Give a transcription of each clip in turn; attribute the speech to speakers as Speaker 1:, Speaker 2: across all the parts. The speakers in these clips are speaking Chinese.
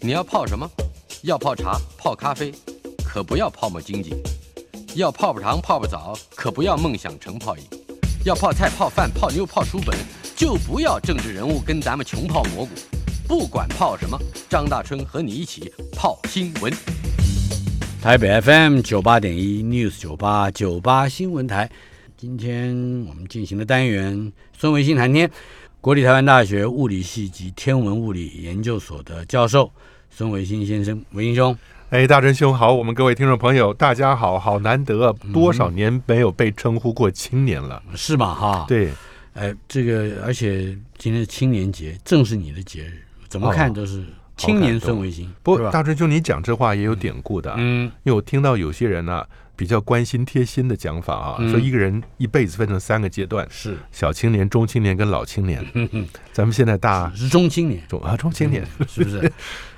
Speaker 1: 你要泡什么？要泡茶、泡咖啡，可不要泡沫经济；要泡泡糖、泡泡澡，可不要梦想成泡影；要泡菜、泡饭、泡妞、泡书本，就不要政治人物跟咱们穷泡蘑菇。不管泡什么，张大春和你一起泡新闻。
Speaker 2: 台北 FM 九八点一 News 九八九八新闻台，今天我们进行的单元孙维新谈天，国立台湾大学物理系及天文物理研究所的教授孙维新先生，维新兄，
Speaker 3: 哎，大真兄好，我们各位听众朋友，大家好，好难得，啊
Speaker 2: 嗯
Speaker 3: 多少年没有被称呼过青年了。
Speaker 2: 是吧？哈，，
Speaker 3: 对，
Speaker 2: 哎，这个而且今天是青年节，正是你的节日，怎
Speaker 3: 哦
Speaker 2: 么看都是青年孙维新，
Speaker 3: 不
Speaker 2: 是
Speaker 3: 过
Speaker 2: 吧？
Speaker 3: 大真兄，你讲这话也有典故的啊，
Speaker 2: 嗯，
Speaker 3: 因为我听到有些人呢、比较关心贴心的讲法啊，
Speaker 2: 嗯
Speaker 3: 说一个人一辈子分成三个阶段：
Speaker 2: 是
Speaker 3: 小青年、中青年跟老青年。
Speaker 2: 嗯
Speaker 3: 咱们现在大
Speaker 2: 是中青 年，
Speaker 3: 中啊中青年，
Speaker 2: 是不是？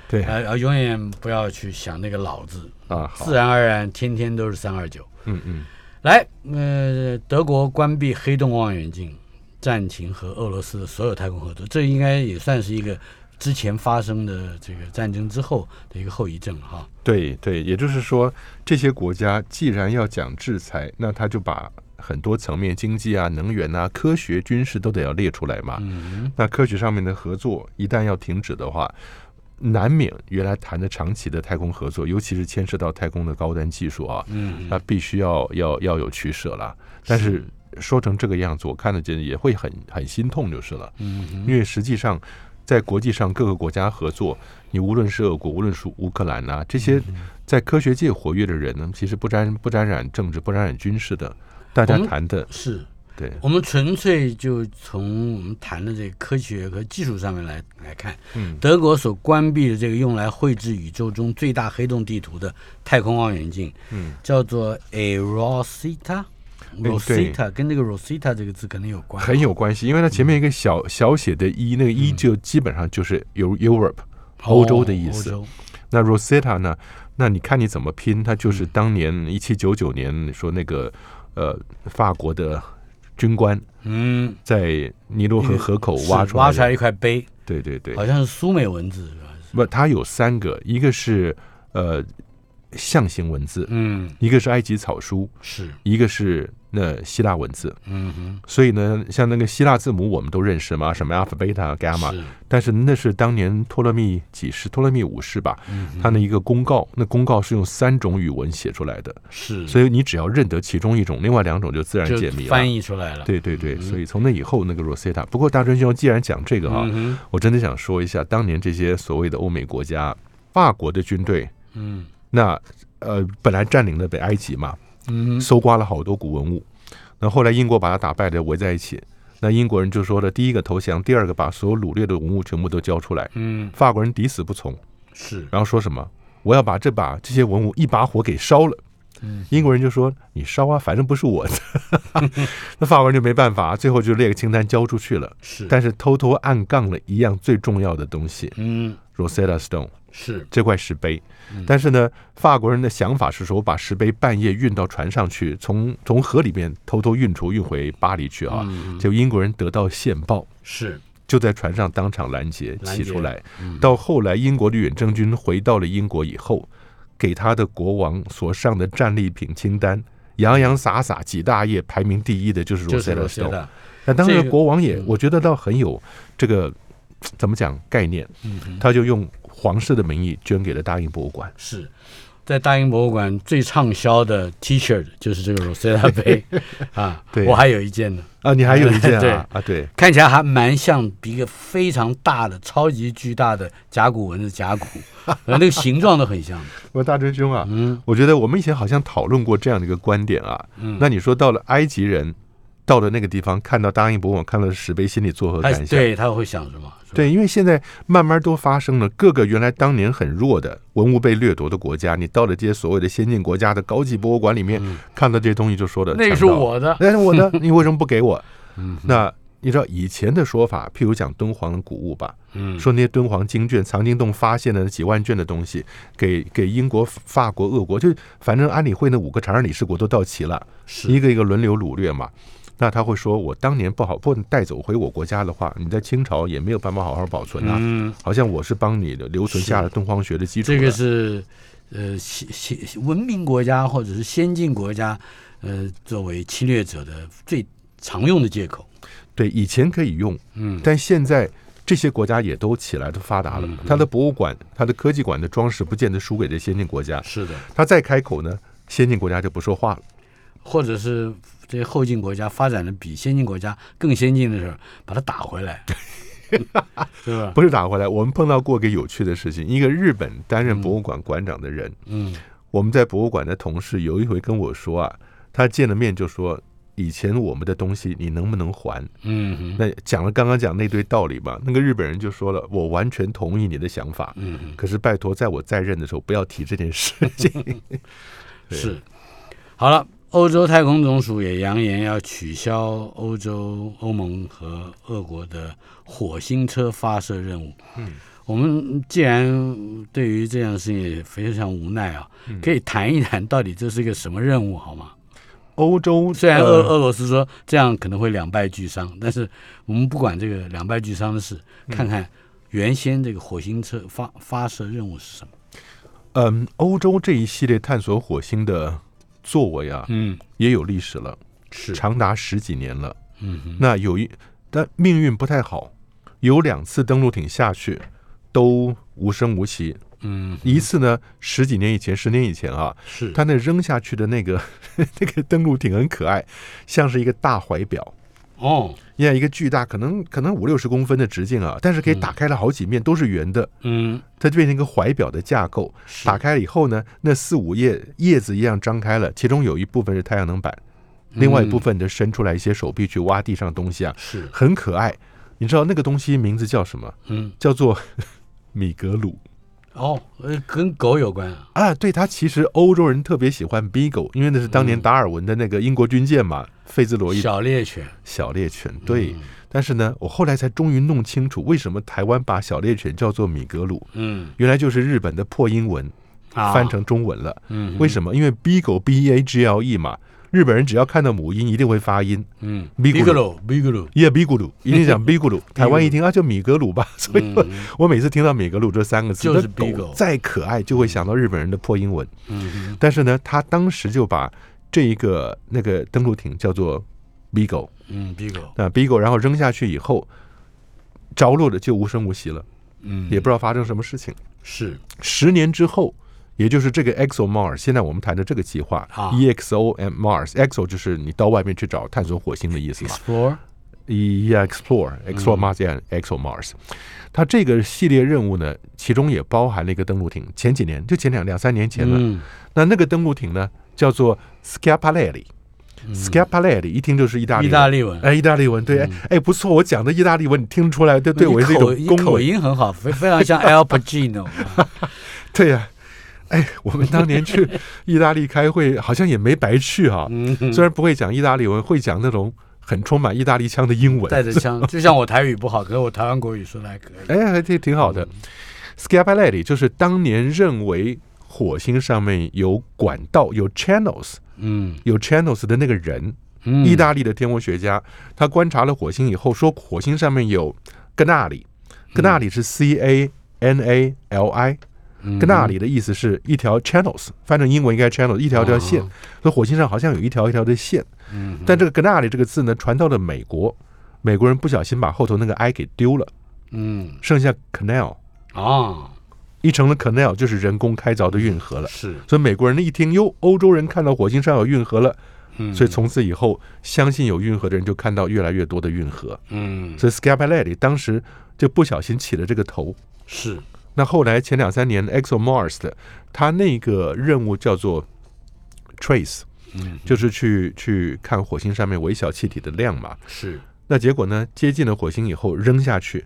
Speaker 3: 对
Speaker 2: 呃，而永远不要去想那个老字，
Speaker 3: 啊，好
Speaker 2: 自，然而然天天都是三二九。
Speaker 3: 嗯嗯，
Speaker 2: 来，呃，德国关闭黑洞望远镜，暂停和俄罗斯的所有太空合作，这应该也算是一个之前发生的这个战争之后的一个后遗症了哈。
Speaker 3: 对对，也就是说，这些国家既然要讲制裁，那他就把很多层面，经济啊、能源啊、科学、军事都得要列出来嘛。
Speaker 2: 嗯，
Speaker 3: 那科学上面的合作一旦要停止的话，难免原来谈的长期的太空合作，尤其是牵涉到太空的高端技术啊，
Speaker 2: 嗯，
Speaker 3: 那必须要要要有取舍了。但是说成这个样子，我看了真的也会很很心痛就是了。
Speaker 2: 嗯
Speaker 3: 因为实际上在国际上各个国家合作，你无论是俄国，无论是乌克兰呐、这些在科学界活跃的人呢，其实不沾不沾染政治，不沾染军事的，大家
Speaker 2: 我们
Speaker 3: 谈的
Speaker 2: 是
Speaker 3: 对，
Speaker 2: 我们纯粹就从我们谈的这个科学和技术上面来来看，
Speaker 3: 嗯
Speaker 2: 德国所关闭的这个用来绘制宇宙中最大黑洞地图的太空望远镜，
Speaker 3: 嗯，
Speaker 2: 叫做 A Rosita。
Speaker 3: 对
Speaker 2: Rosita 跟那个 Rosita 这个字可能有关，啊哦
Speaker 3: 很有关系，因为它前面一个小小写的“一”，那个“一”
Speaker 2: 嗯
Speaker 3: 就基本上就是 Eu- Europe 欧洲的意思
Speaker 2: 哦欧洲
Speaker 3: 那 Rosetta 呢？那你看你怎么拼？它就是
Speaker 2: 嗯
Speaker 3: 当年一七九九年你说那个呃法国的军官
Speaker 2: 嗯，
Speaker 3: 在尼罗河河口挖
Speaker 2: 是
Speaker 3: 出来的，
Speaker 2: 挖出来一块碑，
Speaker 3: 对对对，
Speaker 2: 好像是苏美文字是吧？
Speaker 3: 不，它有三个，一个是呃象形文字，
Speaker 2: 嗯，
Speaker 3: 一个是埃及草书，
Speaker 2: 是，
Speaker 3: 一个是那希腊文字。
Speaker 2: 嗯哼，
Speaker 3: 所以呢，像那个希腊字母我们都认识嘛，什么 alpha、beta、gamma，
Speaker 2: 嗯是，
Speaker 3: 但是那是当年托勒密几世、托勒密五世吧，
Speaker 2: 嗯
Speaker 3: 他
Speaker 2: 哼，
Speaker 3: 的一个公告，那公告是用三种语文写出来的，
Speaker 2: 是，
Speaker 3: 所以你只要认得其中一种，另外两种就自然解
Speaker 2: 嗯就
Speaker 3: 密了。
Speaker 2: 翻译出来了，
Speaker 3: 对对对，
Speaker 2: 嗯
Speaker 3: 所以从那以后，那个 Rosetta。不过大春兄既然讲这个啊，
Speaker 2: 嗯哼，
Speaker 3: 我真的想说一下，当年这些所谓的欧美国家，法国的军队，
Speaker 2: 嗯
Speaker 3: 那呃本来占领了北埃及嘛，
Speaker 2: 嗯
Speaker 3: 搜刮了好多古文物，那后来英国把它打败的围在一起，那英国人就说了，第一个投降，第二个把所有掳掠的文物全部都交出来，
Speaker 2: 嗯，
Speaker 3: 法国人抵死不从，
Speaker 2: 是，
Speaker 3: 然后说什么我要把这把这些文物一把火给烧了。
Speaker 2: 嗯
Speaker 3: 英国人就说：“你烧啊，反正不是我 的。”那法国人就没办法，最后就列个清单交出去了。
Speaker 2: 是，
Speaker 3: 但是偷偷暗杠了一样最重要的东西
Speaker 2: 嗯
Speaker 3: ——Rosetta Stone
Speaker 2: 是，
Speaker 3: 这块石碑
Speaker 2: 嗯。
Speaker 3: 但是呢，法国人的想法是说，我把石碑半夜运到船上去，从从河里面偷偷运出，运回巴黎去啊。
Speaker 2: 嗯
Speaker 3: 就英国人得到线报，
Speaker 2: 是，
Speaker 3: 就在船上当场拦截
Speaker 2: 拦
Speaker 3: 起
Speaker 2: 截
Speaker 3: 出来。
Speaker 2: 嗯
Speaker 3: 到后来，英国的远征军回到了英国以后，给他的国王所上的战利品清单。洋洋洒洒几大页，排名第一的就是
Speaker 2: 就是
Speaker 3: Rosetta Stone。
Speaker 2: Rosetta，
Speaker 3: 那当
Speaker 2: 这
Speaker 3: 然，
Speaker 2: 个
Speaker 3: 国王也
Speaker 2: 嗯
Speaker 3: 我觉得倒很有这个怎么讲概念，
Speaker 2: 嗯哼，
Speaker 3: 他就用皇室的名义捐给了大英博物馆。
Speaker 2: 是。在大英博物馆最畅销的 T 恤就是这个 Rosetta 杯啊，
Speaker 3: 对
Speaker 2: 我还有一件呢，
Speaker 3: 啊，你还有一件
Speaker 2: 对
Speaker 3: 啊啊，对，
Speaker 2: 看起来还蛮像一个非常大的、超级巨大的甲骨文的甲 骨，然后那个形状都很像。
Speaker 3: 我大真兄啊，
Speaker 2: 嗯
Speaker 3: 我觉得我们以前好像讨论过这样的一个观点啊。
Speaker 2: 嗯，
Speaker 3: 那你说到了埃及人，到了那个地方，看到大英博物馆，看到石碑，心里作何
Speaker 2: 他
Speaker 3: 感想？
Speaker 2: 哎对他会想什么？是吧，
Speaker 3: 对，因为现在慢慢都发生了，各个原来当年很弱的文物被掠夺的国家，你到了这些所谓的先进国家的高级博物馆里面，看到这些东西就说的，
Speaker 2: 嗯那个是
Speaker 3: 抢到了，
Speaker 2: 我的。
Speaker 3: 那是我的，你为什么不给我？
Speaker 2: 嗯
Speaker 3: 那你知道以前的说法，譬如讲敦煌的古物吧，
Speaker 2: 嗯，
Speaker 3: 说那些敦煌经卷、藏经洞发现的几万卷的东西，给给英国、法国、俄国，就反正安理会那五个常任理事国都到齐了，
Speaker 2: 是
Speaker 3: 一个一个轮流掳掠嘛。那他会说，我当年不好不带走回我国家的话，你在清朝也没有办法好好保存啊，
Speaker 2: 嗯，
Speaker 3: 好像我是帮你的留存下了敦煌学的基础
Speaker 2: 这
Speaker 3: 了。
Speaker 2: 个是呃先先文明国家或者是先进国家呃作为侵略者的最常用的借口。
Speaker 3: 对，以前可以用，
Speaker 2: 嗯，
Speaker 3: 但现在这些国家也都起来都发达了，它的博物馆、它的科技馆的装饰不见得输给这先进国家，
Speaker 2: 是的，
Speaker 3: 它再开口呢，先进国家就不说话了。
Speaker 2: 或者是这些后进国家发展的比先进国家更先进的时候，把它打回 来，是吧？
Speaker 3: 不是打回来，我们碰到过一个有趣的事情，一个日本担任博物馆馆长的人，
Speaker 2: 嗯，
Speaker 3: 我们在博物馆的同事有一回跟我说啊，他见了面就说。以前我们的东西你能不能还？
Speaker 2: 嗯哼，
Speaker 3: 那讲了刚刚讲那堆道理嘛，那个日本人就说了，我完全同意你的想法，
Speaker 2: 嗯
Speaker 3: 可是拜托，在我在任的时候不要提这件事 情。
Speaker 2: 哼，
Speaker 3: 对
Speaker 2: 是。好了，欧洲太空总署也扬言要取消欧洲、欧盟和俄国的火星车发射任务。
Speaker 3: 嗯，
Speaker 2: 我们既然对于这样的事情也非常无奈啊，可以谈一谈到底这是一个什么任务好吗？
Speaker 3: 欧洲
Speaker 2: 虽然俄
Speaker 3: 呃
Speaker 2: 俄罗斯说这样可能会两败俱伤，但是我们不管这个两败俱伤的事，看看原先这个火星车发发射任务是什么。
Speaker 3: 嗯，欧洲这一系列探索火星的作为啊，
Speaker 2: 嗯，
Speaker 3: 也有历史了，
Speaker 2: 是，
Speaker 3: 长达十几年了。
Speaker 2: 嗯哼，
Speaker 3: 那有一，但命运不太好，有两次登陆艇下去都无声无息。
Speaker 2: 嗯，
Speaker 3: 一次呢，十几年以前，十年以前啊，
Speaker 2: 是，
Speaker 3: 他那扔下去的那个 那个登陆艇很可爱，像是一个大怀表。
Speaker 2: 哦，
Speaker 3: 呀，一个巨大，可能可能五六十公分的直径啊，但是可以打开了好几面，都是圆的，
Speaker 2: 嗯，
Speaker 3: 它就变成一个怀表的架构。
Speaker 2: 是
Speaker 3: 打开了以后呢，那四五叶叶子一样张开了，其中有一部分是太阳能板，另外一部
Speaker 2: 嗯
Speaker 3: 分你就伸出来一些手臂去挖地上东西啊，
Speaker 2: 是，
Speaker 3: 很可爱。你知道那个东西名字叫什么？
Speaker 2: 嗯，
Speaker 3: 叫做 米格鲁
Speaker 2: 哦，呃，跟狗有关啊，
Speaker 3: 啊。对，它其实欧洲人特别喜欢 Beagle，因为那是当年达尔文的那个英国军舰嘛，费兹罗伊
Speaker 2: 嗯小嗯猎犬，
Speaker 3: 小猎犬。对，但是呢，我后来才终于弄清楚为什么台湾把小猎犬叫做米格鲁，
Speaker 2: 嗯，
Speaker 3: 原来就是日本的破英文
Speaker 2: 啊，
Speaker 3: 翻，成中文了。
Speaker 2: 嗯，
Speaker 3: 为什么？因为 Beagle B E A G L E 嘛，日本人只要看到母音一定会发音
Speaker 2: 嗯
Speaker 3: Bigolo
Speaker 2: ，Bigolo，Bigolo，
Speaker 3: ，Yeah Bigulu，一定讲 Bigulu。台湾一听啊，就米格鲁吧，所以我
Speaker 2: 嗯
Speaker 3: 我每次听到米格鲁这三个字，
Speaker 2: 就是
Speaker 3: 那狗
Speaker 2: Beagle
Speaker 3: 再可爱就会想到日本人的破英文。
Speaker 2: 嗯
Speaker 3: 但是呢，他当时就把这一个那个登陆艇叫做 Beagle，
Speaker 2: 嗯，Bigolo，
Speaker 3: 那 Beagle 然后扔下去以后，着陆的就无声无息了，
Speaker 2: 嗯，
Speaker 3: 也不知道发生什么事情。
Speaker 2: 是，
Speaker 3: 十年之后，也就是这个 ExoMars，现在我们谈的这个计划、
Speaker 2: 啊
Speaker 3: e x o m Mars，Exo 就是你到外面去找探索火星的意思嘛
Speaker 2: Explore，
Speaker 3: ，E Explore Explore
Speaker 2: 嗯
Speaker 3: Mars and ExoMars。它这个系列任务呢，其中也包含了一个登陆艇。前几年，就前两两三年前了。
Speaker 2: 嗯，
Speaker 3: 那那个登陆艇呢，叫做 Schiaparelli。Schiaparelli 一听就是意大
Speaker 2: 嗯
Speaker 3: 利
Speaker 2: 意
Speaker 3: 人，
Speaker 2: 大利文，
Speaker 3: 哎，意大利文对，哎哎，不错，我讲的意大利文你听得出来，对对，
Speaker 2: 你
Speaker 3: 我是一
Speaker 2: 口
Speaker 3: 种
Speaker 2: 你
Speaker 3: 恭
Speaker 2: 口
Speaker 3: 维，
Speaker 2: 音很好，非非常像 Al Pacino
Speaker 3: 对呀、哎，我们当年去意大利开会，好像也没白去哈、
Speaker 2: 嗯哼
Speaker 3: 虽然不会讲意大利文，会讲那种很充满意大利腔的英文，
Speaker 2: 带着枪，就像我台语不好，可是我台湾国语说的还 可以。
Speaker 3: 哎，还挺挺好
Speaker 2: 嗯
Speaker 3: 的。Schiaparelli 就是当年认为火星上面有管道、有 channels、
Speaker 2: 嗯
Speaker 3: 有 channels 的那个人，
Speaker 2: 嗯
Speaker 3: 意大利的天文学家，他观察了火星以后，说火星上面有格纳里，
Speaker 2: 嗯
Speaker 3: 格纳里是 C A N A L I，格
Speaker 2: 嗯
Speaker 3: 纳里的意思是一条 channels，翻成英文应该 channel 一
Speaker 2: 哦
Speaker 3: 条条线，
Speaker 2: 啊
Speaker 3: 说火星上好像有一条一条的线，
Speaker 2: 嗯
Speaker 3: 但这个格纳里这个字呢，传到了美国，美国人不小心把后头那个 i 给丢了，
Speaker 2: 嗯
Speaker 3: 剩下 canal，
Speaker 2: 啊
Speaker 3: 译成了 canal 就是人工开凿的运河了。
Speaker 2: 是
Speaker 3: 所以美国人一听，哟，欧洲人看到火星上有运河了，
Speaker 2: 嗯
Speaker 3: 所以从此以后，相信有运河的人就看到越来越多的运河。
Speaker 2: 嗯
Speaker 3: 所以 Schiaparelli 当时就不小心起了这个头。
Speaker 2: 是
Speaker 3: 那后来前两三年 ExoMars 的，他那个任务叫做 Trace，
Speaker 2: 嗯
Speaker 3: 就是去去看火星上面微小气体的量嘛。
Speaker 2: 是
Speaker 3: 那结果呢，接近了火星以后扔下去。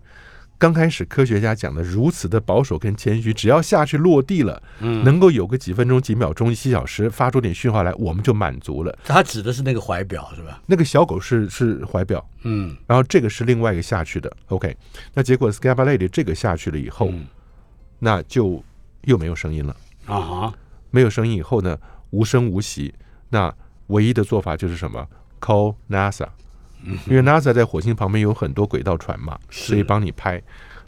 Speaker 3: 刚开始科学家讲的如此的保守跟谦虚，只要下去落地了，
Speaker 2: 嗯
Speaker 3: 能够有个几分钟、几秒钟、一小时发出点讯号来，我们就满足了。
Speaker 2: 他指的是那个怀表是吧？
Speaker 3: 那个小狗是是怀表，
Speaker 2: 嗯
Speaker 3: 然后这个是另外一个下去的。OK，那结果 Scabalady 这个下去了以后，
Speaker 2: 嗯
Speaker 3: 那就又没有声音了。
Speaker 2: 啊哈
Speaker 3: 没有声音以后呢，无声无息。那唯一的做法就是什么？Call NASA，
Speaker 2: 嗯
Speaker 3: 因为 NASA 在火星旁边有很多轨道船嘛，所以帮你拍。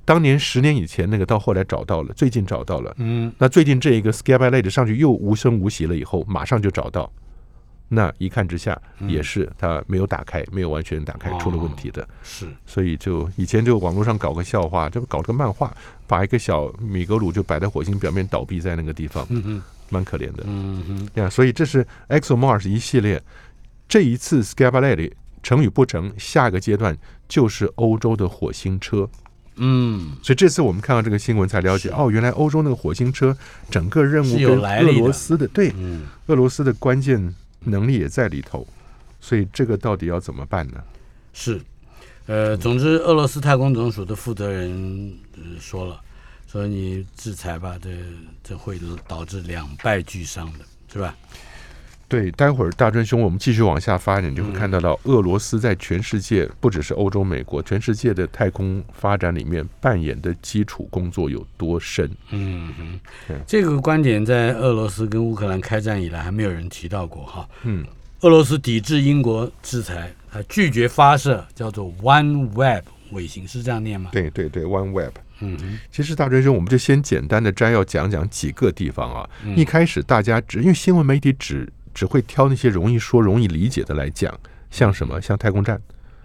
Speaker 3: 当年十年以前那个到后来找到了，最近找到了。
Speaker 2: 嗯，
Speaker 3: 那最近这一个 s c a b a l a d e 上去又无声无息了，以后马上就找到。那一看之下，
Speaker 2: 嗯
Speaker 3: 也是它没有打开，没有完全打开，出了问题的。
Speaker 2: 哦是
Speaker 3: 所以就以前就网络上搞个笑话，这不搞了个漫画，把一个小米格鲁就摆在火星表面倒闭在那个地方，
Speaker 2: 嗯哼
Speaker 3: 蛮可怜的。
Speaker 2: 嗯哼，
Speaker 3: 呀，所以这是 ExoMars 一系列。这一次 s c a b a l e t 成与不成，下个阶段就是欧洲的火星车。
Speaker 2: 嗯，
Speaker 3: 所以这次我们看到这个新闻才了解，哦，原来欧洲那个火星车整个任务
Speaker 2: 是有
Speaker 3: 跟
Speaker 2: 来
Speaker 3: 俄
Speaker 2: 历的
Speaker 3: 罗斯的对
Speaker 2: 嗯，
Speaker 3: 俄罗斯的关键能力也在里头。所以这个到底要怎么办呢？
Speaker 2: 是，呃，总之，俄罗斯太空总署的负责人、呃、说了，说你制裁吧，这这会导致两败俱伤的，是吧？
Speaker 3: 对，待会儿大春兄，我们继续往下发展，你就会看到到俄罗斯在全世界，不只是欧洲、美国，全世界的太空发展里面扮演的基础工作有多深。
Speaker 2: 嗯哼
Speaker 3: 对，
Speaker 2: 这个观点在俄罗斯跟乌克兰开战以来还没有人提到过哈。
Speaker 3: 嗯，
Speaker 2: 俄罗斯抵制英国制裁，啊，拒绝发射叫做 OneWeb 卫星，是这样念吗？
Speaker 3: 对对对，OneWeb。
Speaker 2: 嗯哼，
Speaker 3: 其实大春兄，我们就先简单的摘要讲讲几个地方啊。一开始大家只因为新闻媒体只只会挑那些容易说、容易理解的来讲，像什么，像太空站。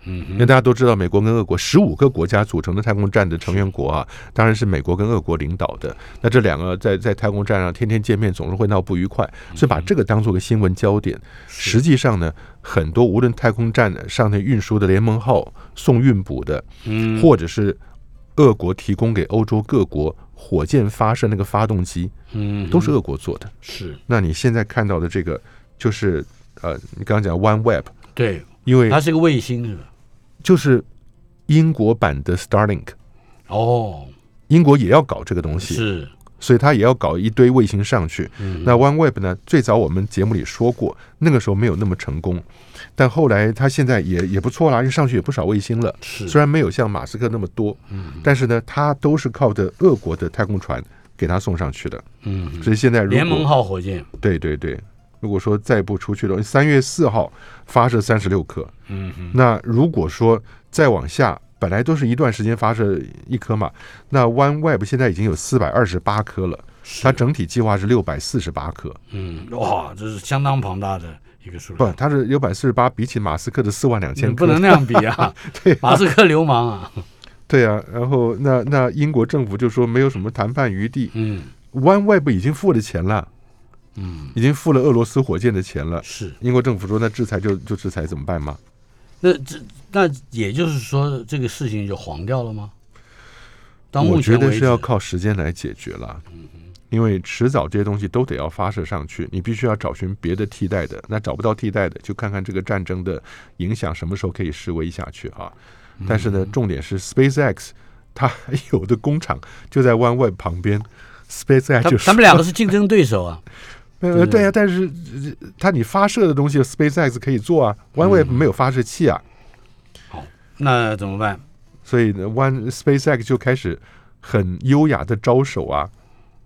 Speaker 2: 嗯
Speaker 3: 因为大家都知道，美国跟俄国十五个国家组成的太空站的成员国啊，当然是美国跟俄国领导的。那这两个在在太空站上天天见面，总是会闹不愉快，所以把这个当做个新闻焦点。实际上呢，很多无论太空站上的运输的联盟号送运补的，
Speaker 2: 嗯，
Speaker 3: 或者是俄国提供给欧洲各国火箭发射那个发动机，
Speaker 2: 嗯哼，
Speaker 3: 都是俄国做的。
Speaker 2: 是
Speaker 3: 那你现在看到的这个，就是呃，你刚刚讲 OneWeb，
Speaker 2: 对，
Speaker 3: 因为
Speaker 2: 它是个卫星是吧？
Speaker 3: 就是英国版的 Starlink，
Speaker 2: 哦，
Speaker 3: 英国也要搞这个东西，
Speaker 2: 是，
Speaker 3: 所以它也要搞一堆卫星上去。
Speaker 2: 嗯
Speaker 3: 那 OneWeb 呢？最早我们节目里说过，那个时候没有那么成功，但后来它现在也也不错啦，因为上去有不少卫星了。
Speaker 2: 是，嗯
Speaker 3: 虽然没有像马斯克那么多，但是呢，它都是靠着俄国的太空船给它送上去的。
Speaker 2: 嗯哼，
Speaker 3: 所以现在如
Speaker 2: 联盟
Speaker 3: 果
Speaker 2: 号火箭，
Speaker 3: 对对对，如果说再不出去的话，三月四号发射三十六颗，
Speaker 2: 嗯哼，
Speaker 3: 那如果说再往下，本来都是一段时间发射一颗嘛，那 OneWeb 现在已经有四百二十八颗了，
Speaker 2: 是
Speaker 3: 它整体计划是六百四十八颗，
Speaker 2: 嗯，哇，这是相当庞大的一个数
Speaker 3: 不，
Speaker 2: 量，
Speaker 3: 它是六百四十八，比起马斯克的四万两
Speaker 2: 你
Speaker 3: 千
Speaker 2: 不
Speaker 3: 颗，
Speaker 2: 能那样比啊！
Speaker 3: 对
Speaker 2: 马斯克流氓啊！
Speaker 3: 对啊。然后那那英国政府就说没有什么谈判余地
Speaker 2: 嗯
Speaker 3: ，OneWeb 已经付了钱了，
Speaker 2: 嗯，
Speaker 3: 已经付了俄罗斯火箭的钱了。
Speaker 2: 是。
Speaker 3: 英国政府说那制裁就就制裁怎么办嘛？
Speaker 2: 那这那也就是说，这个事情就黄掉了吗？到目
Speaker 3: 我觉
Speaker 2: 前
Speaker 3: 得
Speaker 2: 为
Speaker 3: 是
Speaker 2: 止嗯
Speaker 3: 要，靠时间来解决了，因为迟早这些东西都得要发射上去，你必须要找寻别的替代的。那找不到替代的，就看看这个战争的影响什么时候可以示威下去啊。
Speaker 2: 嗯
Speaker 3: 但是呢，重点是 SpaceX 它 有的工厂就在 OneWeb 旁边，SpaceX
Speaker 2: 他
Speaker 3: 就
Speaker 2: 他们两个是竞争对手啊。
Speaker 3: 呃对啊，但是呃它你发射的东西 SpaceX 可以做啊，OneWeb
Speaker 2: 嗯
Speaker 3: 没有发射器啊，
Speaker 2: 那怎么办？
Speaker 3: 所以呢，One SpaceX 就开始很优雅的招手啊。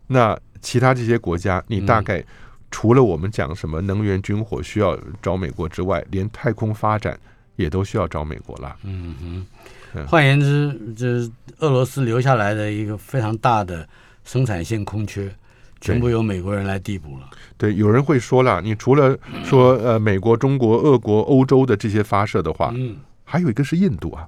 Speaker 3: 那其他这些国家，你
Speaker 2: 嗯
Speaker 3: 大概除了我们讲什么能源、军火需要找美国之外，连太空发展也都需要找美国了。
Speaker 2: 嗯哼，
Speaker 3: 嗯
Speaker 2: 换言之，这俄罗斯留下来的一个非常大的生产线空缺，全部由美国人来递补了。
Speaker 3: 对，有人会说了，你除了说呃美国、中国、俄国、欧洲的这些发射的话，
Speaker 2: 嗯，
Speaker 3: 还有一个是印度啊。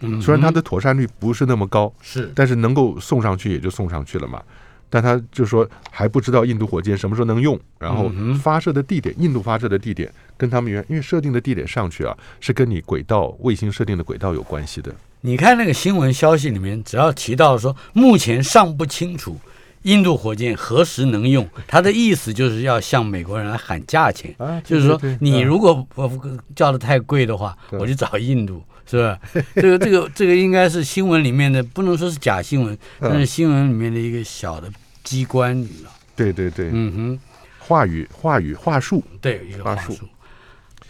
Speaker 2: 嗯
Speaker 3: 虽然它
Speaker 2: 哼
Speaker 3: 的妥善率不是那么高，
Speaker 2: 是
Speaker 3: 但是能够送上去也就送上去了嘛。但他就说还不知道印度火箭什么时候能用，然后
Speaker 2: 嗯哼
Speaker 3: 发射的地点，印度发射的地点跟他们原因为设定的地点上去啊，是跟你轨道卫星设定的轨道有关系的。
Speaker 2: 你看那个新闻消息里面，只要提到说目前尚不清楚印度火箭何时能用，他的意思就是要向美国人来喊价钱，
Speaker 3: 啊对
Speaker 2: 就是说
Speaker 3: 对对
Speaker 2: 你
Speaker 3: 嗯
Speaker 2: 如果不不叫的太贵的话，
Speaker 3: 对
Speaker 2: 我就找印度，是 吧？这个这个这个应该是新闻里面的，不能说是假新闻，
Speaker 3: 嗯
Speaker 2: 但是新闻里面的一个小的机关，你知道？
Speaker 3: 对对对，
Speaker 2: 嗯
Speaker 3: 话语话语话术，
Speaker 2: 哼，对，一个话
Speaker 3: 话术
Speaker 2: 术。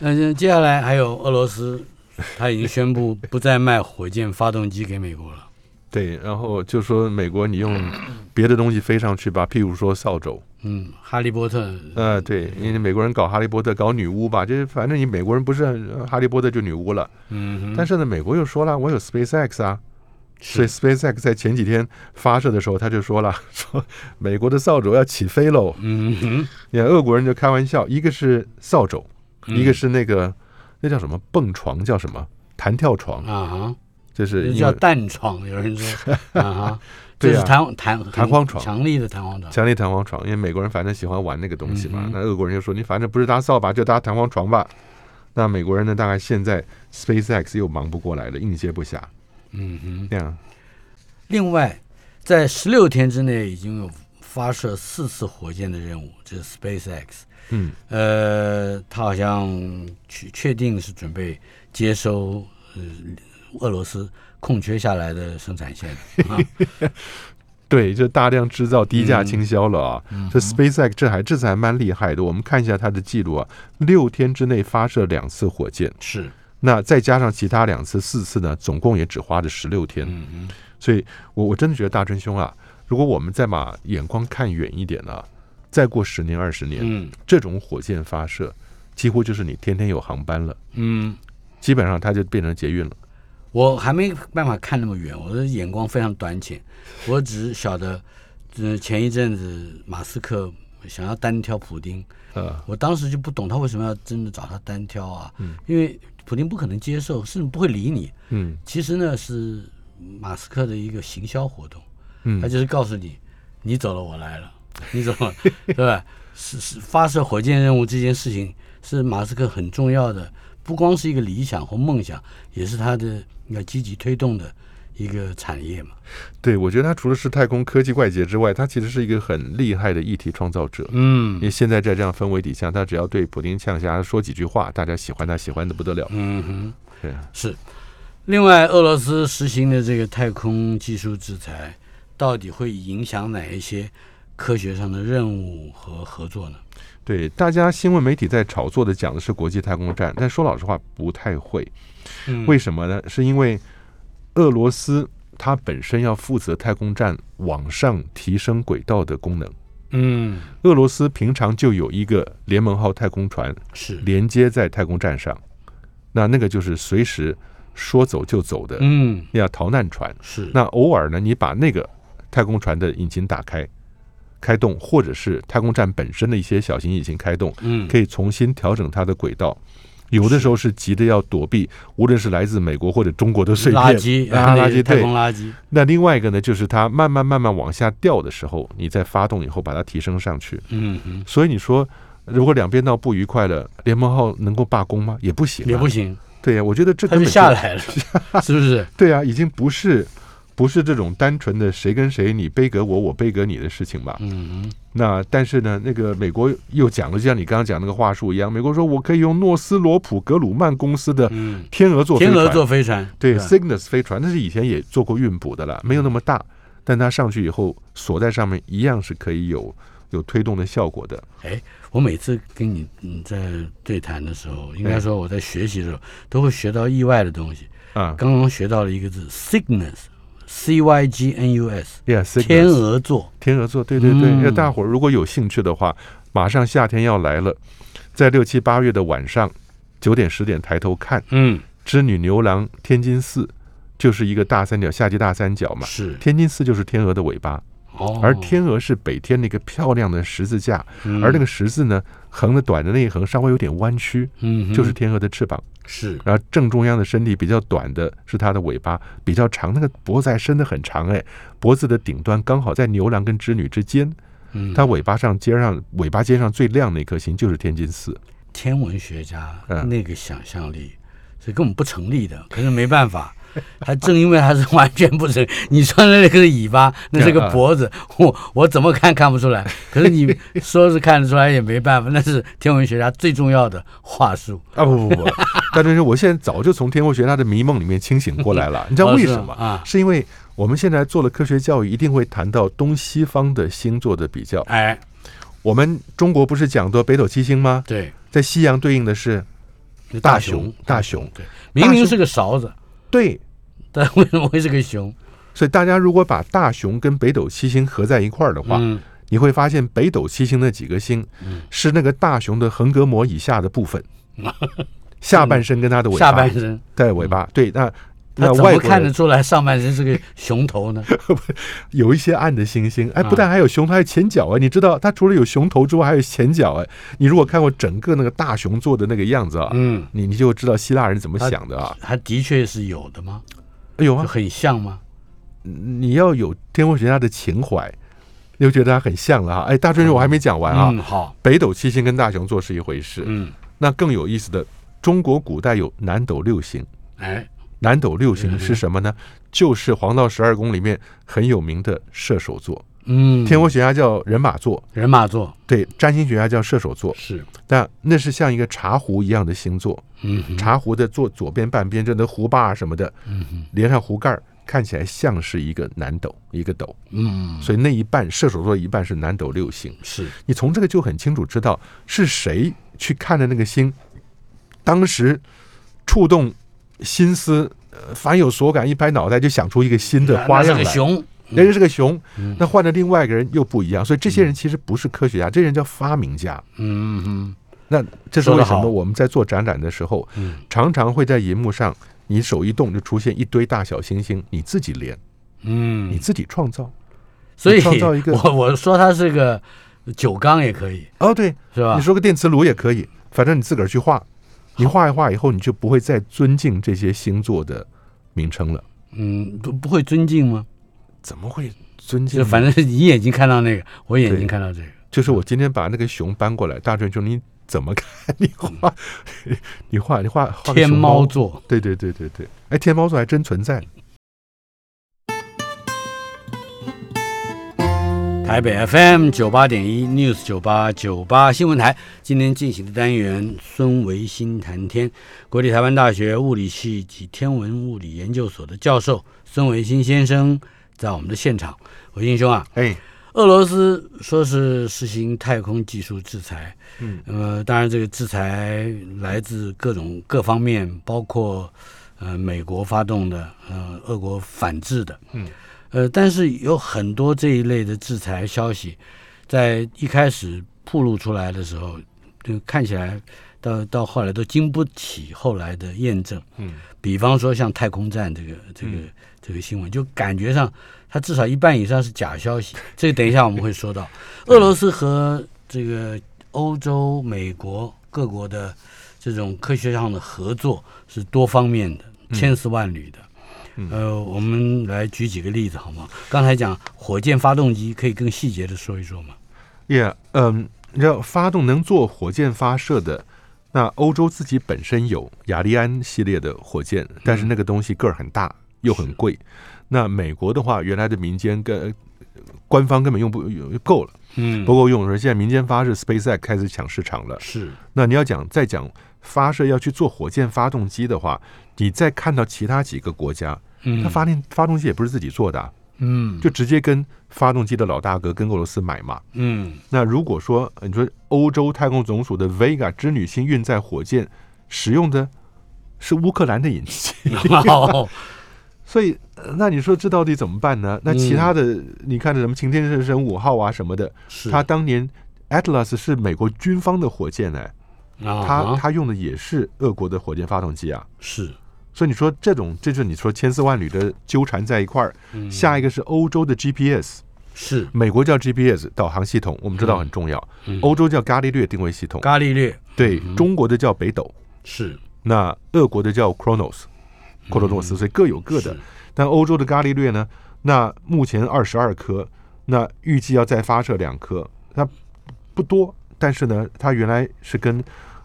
Speaker 2: 嗯、接下来还有俄罗斯，他已经宣布不再卖火箭发动机给美国了。
Speaker 3: 对，然后就说美国你 用别的东西飞上去吧，譬如说扫帚，
Speaker 2: 嗯，哈利波特，
Speaker 3: 呃，对，因为美国人搞哈利波特搞女巫吧，就是反正你美国人不是很哈利波特就女巫了，
Speaker 2: 嗯哼，
Speaker 3: 但是呢，美国又说了，我有 SpaceX 啊，所以 SpaceX 在前几天发射的时候，他就说了， 说美国的扫帚要起飞喽。
Speaker 2: 嗯哼，
Speaker 3: 你看俄国人就开玩笑，一个是扫帚，
Speaker 2: 嗯
Speaker 3: 一个是那个那叫什么蹦床，叫什么弹跳床，
Speaker 2: 啊哈，
Speaker 3: 就是
Speaker 2: 这
Speaker 3: 因
Speaker 2: 叫
Speaker 3: 为
Speaker 2: 弹床，有人 说啊哈，
Speaker 3: 对
Speaker 2: 这是
Speaker 3: 啊
Speaker 2: 弹弹
Speaker 3: 弹簧床
Speaker 2: 强力的弹簧床，
Speaker 3: 强力弹簧床，因为美国人反正喜欢玩那个东西嘛
Speaker 2: 嗯。哼
Speaker 3: 那俄国人就说，你反正不是搭扫把，就搭弹簧床吧。那美国人呢，大概现在 SpaceX 又忙不过来了，应接不暇。
Speaker 2: 嗯哼。
Speaker 3: 那样，
Speaker 2: 另外，在十六天之内已经有发射四次火箭的任务，这是 SpaceX。
Speaker 3: 嗯，
Speaker 2: 呃，他好像确确定是准备接收呃俄罗斯空缺下来的生产线啊，
Speaker 3: 对，就大量制造，低
Speaker 2: 嗯
Speaker 3: 价倾销了啊。这 SpaceX 这还这次还蛮厉害的，我们看一下它的记录啊，六天之内发射两次火箭，
Speaker 2: 是，
Speaker 3: 那再加上其他两次、四次呢，总共也只花了十六天。
Speaker 2: 嗯
Speaker 3: 所以我我真的觉得大真兄啊，如果我们再把眼光看远一点呢、再过十年、二十年，
Speaker 2: 嗯
Speaker 3: 这种火箭发射几乎就是你天天有航班了，
Speaker 2: 嗯，
Speaker 3: 基本上它就变成捷运了。
Speaker 2: 我还没办法看那么远，我的眼光非常短浅，我只晓得，呃，前一阵子马斯克想要单挑普丁，
Speaker 3: 呃，
Speaker 2: 我当时就不懂他为什么要真的找他单挑啊，因为普丁不可能接受，甚至不会理你。
Speaker 3: 嗯
Speaker 2: 其实呢是马斯克的一个行销活动，他
Speaker 3: 嗯，
Speaker 2: 就是告诉你，你走了我来了，你走了， 对吧？是是，发射火箭任务这件事情是马斯克很重要的，不光是一个理想或梦想，也是他的要积极推动的一个产业嘛。
Speaker 3: 对，我觉得它除了是太空科技怪杰之外，它其实是一个很厉害的议题创造者。
Speaker 2: 嗯
Speaker 3: 因为现在在这样氛围底下，他只要对普丁呛下说几句话，大家喜欢他，喜欢的不得了。
Speaker 2: 嗯哼。
Speaker 3: 对啊，
Speaker 2: 是。另外，俄罗斯实行的这个太空技术制裁，到底会影响哪一些科学上的任务和合作呢？
Speaker 3: 对，大家新闻媒体在炒作的讲的是国际太空站，但说老实话不太会。
Speaker 2: 嗯
Speaker 3: 为什么呢？是因为俄罗斯它本身要负责太空站往上提升轨道的功能。
Speaker 2: 嗯
Speaker 3: 俄罗斯平常就有一个联盟号太空船
Speaker 2: 是
Speaker 3: 连接在太空站上，那那个就是随时说走就走的
Speaker 2: 嗯
Speaker 3: 那样逃难船。
Speaker 2: 是
Speaker 3: 那偶尔呢，你把那个太空船的引擎打开、开动，或者是太空站本身的一些小型引擎开动，
Speaker 2: 嗯
Speaker 3: 可以重新调整它的轨道。有的时候是急着要躲避，无论是来自美国或者中国的碎片、
Speaker 2: 垃圾
Speaker 3: 啊、
Speaker 2: 那个
Speaker 3: 垃圾。
Speaker 2: 太
Speaker 3: 对
Speaker 2: 空，垃圾
Speaker 3: 那另外一个呢，就是它慢慢慢慢往下掉的时候，你再发动以后把它提升上去。
Speaker 2: 嗯哼
Speaker 3: 所以你说，如果两边闹不愉快了，联盟号能够罢工吗？也不行、啊，
Speaker 2: 也不。 行，
Speaker 3: 对呀、我觉得这
Speaker 2: 它
Speaker 3: 根
Speaker 2: 就
Speaker 3: 本
Speaker 2: 下 来了，是不是？
Speaker 3: 对啊，已经不是不是这种单纯的谁跟谁你背隔我，我背隔你的事情吧。
Speaker 2: 嗯
Speaker 3: 那但是呢，那个美国又讲了，就像你刚刚讲那个话术一样，美国说我可以用诺斯罗普格鲁曼公司的
Speaker 2: 嗯，
Speaker 3: 天鹅座飞
Speaker 2: 天
Speaker 3: 船，
Speaker 2: 鹅座飞船
Speaker 3: 对
Speaker 2: 吧
Speaker 3: Cygnus 飞船，那是以前也做过运补的
Speaker 2: 嗯
Speaker 3: 了，没有那么大，但它上去以后锁在上面一样是可以有有推动的效果的。
Speaker 2: 我每次跟你嗯在对谈的时候，应该说我在学习的时候，都会学到意外的东西。
Speaker 3: 啊
Speaker 2: 刚刚学到了一个字，cygnus，c y g n u s，
Speaker 3: ，Yeah，
Speaker 2: 天鹅座。
Speaker 3: 天鹅座，对对对，
Speaker 2: 嗯
Speaker 3: 那大伙儿如果有兴趣的话，马上夏天要来了，在六七八月的晚上九点十点抬头看
Speaker 2: 嗯，
Speaker 3: 织女牛郎天津四，就是一个大三角，夏季大三角嘛。
Speaker 2: 是
Speaker 3: 天津四就是天鹅的尾巴，
Speaker 2: 哦，
Speaker 3: 而天鹅是北天那个漂亮的十字架，
Speaker 2: 嗯，
Speaker 3: 而那个十字呢，横的短的那一横稍微有点弯曲，
Speaker 2: 嗯哼
Speaker 3: 就是天鹅的翅膀。
Speaker 2: 是
Speaker 3: 然后正中央的身体比较短的是它的尾巴，比较长，那个脖子还伸得很长哎，脖子的顶端刚好在牛郎跟织女之间。
Speaker 2: 嗯
Speaker 3: 它尾巴上尖上尾巴尖上最亮的一颗星就是天津四。
Speaker 2: 天文学家
Speaker 3: 嗯
Speaker 2: 那个想象力是根本不成立的，可是没办法。他正因为他是完全不成，你穿的那个是尾巴，那是
Speaker 3: 嗯
Speaker 2: 个脖子，我我怎么看看不出来。可是你说是看得出来也没办法，那是天文学家最重要的话术。
Speaker 3: 啊不 不不，大真是我现在早就从天文学家的迷梦里面清醒过来 了。你知道
Speaker 2: 哦
Speaker 3: 为
Speaker 2: 是
Speaker 3: 什
Speaker 2: 吗
Speaker 3: 么？
Speaker 2: 啊
Speaker 3: 是因为我们现在做了科学教育，一定会谈到东西方的星座的比较。
Speaker 2: 哎，
Speaker 3: 我们中国不是讲的北斗七星吗？
Speaker 2: 对，
Speaker 3: 在西洋对应的是
Speaker 2: 那
Speaker 3: 大
Speaker 2: 熊
Speaker 3: 熊，，大熊。
Speaker 2: 对，明明是个勺子，
Speaker 3: 对，
Speaker 2: 但为什么会是个熊？
Speaker 3: 所以大家如果把大熊跟北斗七星合在一块儿的话，
Speaker 2: 嗯
Speaker 3: 你会发现北斗七星的几个星是那个大熊的横膈膜以下的部分， 下半身跟它的尾巴，
Speaker 2: 嗯下半身，
Speaker 3: 对尾巴，对那。
Speaker 2: 他
Speaker 3: 那
Speaker 2: 怎
Speaker 3: 外
Speaker 2: 么
Speaker 3: 国
Speaker 2: 看得
Speaker 3: 人
Speaker 2: 出来上半身是个熊头呢？
Speaker 3: 有一些暗的星星，哎，
Speaker 2: 啊
Speaker 3: 不但还有熊头，还有前脚哎，你知道它除了有熊头之外，还有前脚哎。你如果看过整个那个大熊做的那个样子啊，
Speaker 2: 嗯，
Speaker 3: 你你就知道希腊人怎么想的啊。
Speaker 2: 他的确是有的吗？
Speaker 3: 哎呦
Speaker 2: 就
Speaker 3: 啊，
Speaker 2: 很像吗？
Speaker 3: 你要有天文学家的情怀，你就觉得它很像了啊。哎，大春兄，我还没讲完啊。
Speaker 2: 嗯，好，
Speaker 3: 北斗七星跟大熊座是一回事，
Speaker 2: 嗯，
Speaker 3: 那更有意思的，中国古代有南斗六星。
Speaker 2: 哎，
Speaker 3: 南斗六星
Speaker 2: 嗯
Speaker 3: 是什么呢？就是黄道十二宫里面很有名的射手座，
Speaker 2: 嗯，
Speaker 3: 天文学家叫人马座，
Speaker 2: 人马座
Speaker 3: 对，占星学家叫射手座。
Speaker 2: 是，
Speaker 3: 但那是像一个茶壶一样的星座，
Speaker 2: 嗯嗯哼，
Speaker 3: 茶壶的左左边半边，这那壶把什么的，连上壶盖儿，看起来像是一个南斗，一个斗。
Speaker 2: 嗯，
Speaker 3: 所以那一半射手座一半是南斗六星。
Speaker 2: 是，
Speaker 3: 你从这个就很清楚知道是谁去看的那个星，当时触动心思，呃凡有所感，一拍脑袋就想出一个新的花
Speaker 2: 那
Speaker 3: 样
Speaker 2: 是
Speaker 3: 来
Speaker 2: 个。熊，嗯
Speaker 3: 人家是个熊，那换了另外一个人又不一样，所以这些人其实不是科学家，这些人叫发明家。
Speaker 2: 嗯哼，
Speaker 3: 那这是
Speaker 2: 说
Speaker 3: 为
Speaker 2: 得
Speaker 3: 什么？
Speaker 2: 好嗯
Speaker 3: 我们在做展览的时候，常常会在荧幕上，你手一动就出现一堆大小星星，你自己连，你
Speaker 2: 嗯，
Speaker 3: 自己创造。
Speaker 2: 所以
Speaker 3: 创造一个
Speaker 2: 我我说它是个酒缸也可以，
Speaker 3: 哦，对，
Speaker 2: 是吧
Speaker 3: 你？说个电磁炉也可以，反正你自个儿去画，你画一画以后，你就不会再尊敬这些星座的名称了。
Speaker 2: 嗯，不不会尊敬吗？
Speaker 3: 怎么会尊敬
Speaker 2: 就
Speaker 3: 呢？
Speaker 2: 反正是你眼睛看到那个，我眼睛
Speaker 3: 对
Speaker 2: 看到这个，
Speaker 3: 就是我今天把那个熊搬过来，大壮兄，你怎么看？你画， 你画，你画画个
Speaker 2: 天
Speaker 3: 熊
Speaker 2: 猫座，
Speaker 3: 嗯对对对对对，哎，天猫座还真存在。
Speaker 2: 台北 FM 九八点一 News 九八九八新闻台今天进行的单元孙维新谈天，国立台湾大学物理系及天文物理研究所的教授孙维新先生在我们的现场。维新兄啊，
Speaker 3: 哎，
Speaker 2: 俄罗斯说是实行太空技术制裁，
Speaker 3: 嗯，
Speaker 2: 呃，当然这个制裁来自各种各方面，包括呃美国发动的，呃，俄国反制的，
Speaker 3: 嗯，
Speaker 2: 呃，但是有很多这一类的制裁消息，在一开始暴露出来的时候，就看起来到到后来都经不起后来的验证，
Speaker 3: 嗯，
Speaker 2: 比方说像太空站这个这个、这个新闻，就感觉上它至少一半以上是假消 息。这个等一下我们会说到，俄罗斯和这个欧洲、美国各国的这种科学上的合作是多方面的，
Speaker 3: 嗯
Speaker 2: 千丝万缕的。呃，我们来举几个例子好吗？刚才讲火箭发动机，可以更细节的说一说吗？
Speaker 3: 也，嗯，你知道发动能做火箭发射的，那欧洲自己本身有雅利安系列的火箭，但
Speaker 2: 嗯
Speaker 3: 是那个东西个儿很大又很贵。那美国的话，原来的民间跟呃官方根本用不用够了，
Speaker 2: 嗯
Speaker 3: 不够用的时候，现在民间发射 SpaceX 开始抢市场了。
Speaker 2: 是，
Speaker 3: 那你要讲再讲发射要去做火箭发动机的话，你再看到其他几个国家，
Speaker 2: 嗯，
Speaker 3: 它发电发动机也不是自己做的啊、
Speaker 2: 嗯，
Speaker 3: 就直接跟发动机的老大哥跟俄罗斯买嘛。
Speaker 2: 嗯
Speaker 3: 那如果说呃你说欧洲太空总署的 Vega 织女星运载火箭使用的是乌克兰的引擎，
Speaker 2: 好，
Speaker 3: 所以呃那你说这到底怎么办呢？那
Speaker 2: 嗯
Speaker 3: 其他的、你看什么擎天神五号啊什么的，
Speaker 2: 是
Speaker 3: 它当年 Atlas 是美国军方的火箭呢，它
Speaker 2: 啊
Speaker 3: 它用的也是俄国的火箭发动机啊。
Speaker 2: 是
Speaker 3: 所以你说这种，这就是你说千丝万缕的纠缠在一块儿。
Speaker 2: 嗯
Speaker 3: 下一个是欧洲的 GPS，
Speaker 2: 是
Speaker 3: 美国叫 GPS 导航系统，我们知
Speaker 2: 嗯
Speaker 3: 道很重要。欧洲叫伽利略定位系统，
Speaker 2: 伽利略
Speaker 3: 对，中国的叫北斗，
Speaker 2: 是
Speaker 3: 那俄国的叫 Chronos，克罗诺斯，所以各有各的
Speaker 2: 嗯是。
Speaker 3: 但欧洲的伽利略呢，那目前二十二颗，那预计要再发射两颗，那不多，但是呢，它原来是跟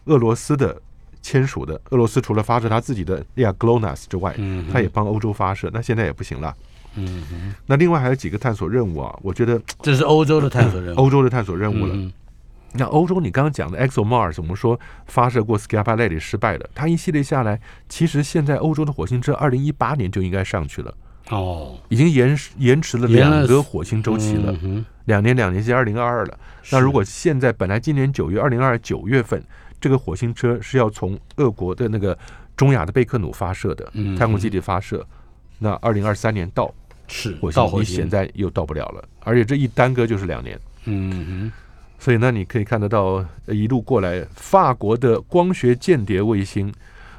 Speaker 3: 俄罗斯的。签署的俄罗斯除了发射它自己的 Air GLONASS 之外，
Speaker 2: 嗯哼
Speaker 3: 它也帮欧洲发射，那现在也不行了。嗯，那另外还有几个探索任务啊，我觉得
Speaker 2: 这是欧洲的探索任务，
Speaker 3: 嗯欧洲的探索任务了。
Speaker 2: 嗯
Speaker 3: 那欧洲，你刚刚讲的 ExoMars，我们说发射过 s c a p a l e t t 失败了，它一系列下来，其实现在欧洲的火星车二零一八年就应该上去了，
Speaker 2: 哦，
Speaker 3: 已经延时延迟了
Speaker 2: 延了
Speaker 3: 两个火星周期了，
Speaker 2: 嗯哼
Speaker 3: 两年两年，现在二零二二了。那如果现在本来今年九月二零二九月份，这个火星车是要从俄国的那个中亚的贝克努发射的
Speaker 2: 嗯，
Speaker 3: 太空基地发射，那二零二三年到，
Speaker 2: 是
Speaker 3: 火星
Speaker 2: 到，火
Speaker 3: 你
Speaker 2: 星，
Speaker 3: 现在又到不了了，而且这一耽搁就是两年。
Speaker 2: 嗯
Speaker 3: 所以呢，你可以看得到呃一路过来，法国的光学间谍卫星、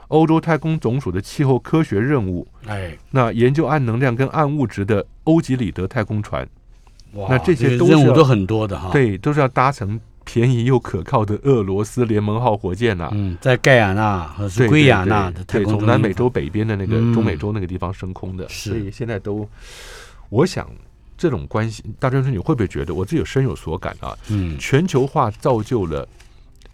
Speaker 3: 欧洲太空总署的气候科学任务，
Speaker 2: 哼，哎，
Speaker 3: 那研究暗能量跟暗物质的欧几里得太空船，
Speaker 2: 哇，
Speaker 3: 那这些都是
Speaker 2: 任务
Speaker 3: 要
Speaker 2: 都很多的哈。，
Speaker 3: 对，都是要搭乘便宜又可靠的俄罗斯联盟号火箭呐、
Speaker 2: 嗯，在盖亚纳和
Speaker 3: 对
Speaker 2: 苏圭亚纳的
Speaker 3: 对
Speaker 2: 太
Speaker 3: 对对
Speaker 2: 空
Speaker 3: 从南
Speaker 2: 中
Speaker 3: 美
Speaker 2: 心
Speaker 3: 洲北边的那个
Speaker 2: 嗯
Speaker 3: 中美洲那个地方升空的，
Speaker 2: 是
Speaker 3: 所以现在都，我想这种关系，大专生你会不会觉得我自己有深有所感啊？
Speaker 2: 嗯
Speaker 3: 全球化造就了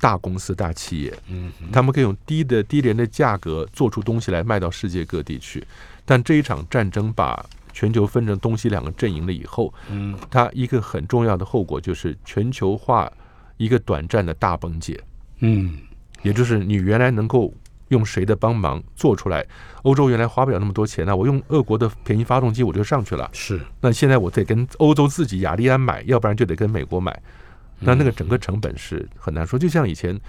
Speaker 3: 大公司、大企业，
Speaker 2: 嗯，
Speaker 3: 他们可以用低的低廉的价格做出东西来卖到世界各地去。但这一场战争把全球分成东西两个阵营了以后，
Speaker 2: 嗯，
Speaker 3: 它一个很重要的后果就是全球化一个短暂的大崩解，
Speaker 2: 嗯
Speaker 3: 也就是你原来能够。用谁的帮忙做出来？欧洲原来花不了那么多钱呢、我用俄国的便宜发动机我就上去了。
Speaker 2: 是
Speaker 3: 那现在我得跟欧洲自己雅利安买，要不然就得跟美国买。那那个整个成本是很难说。就像以前，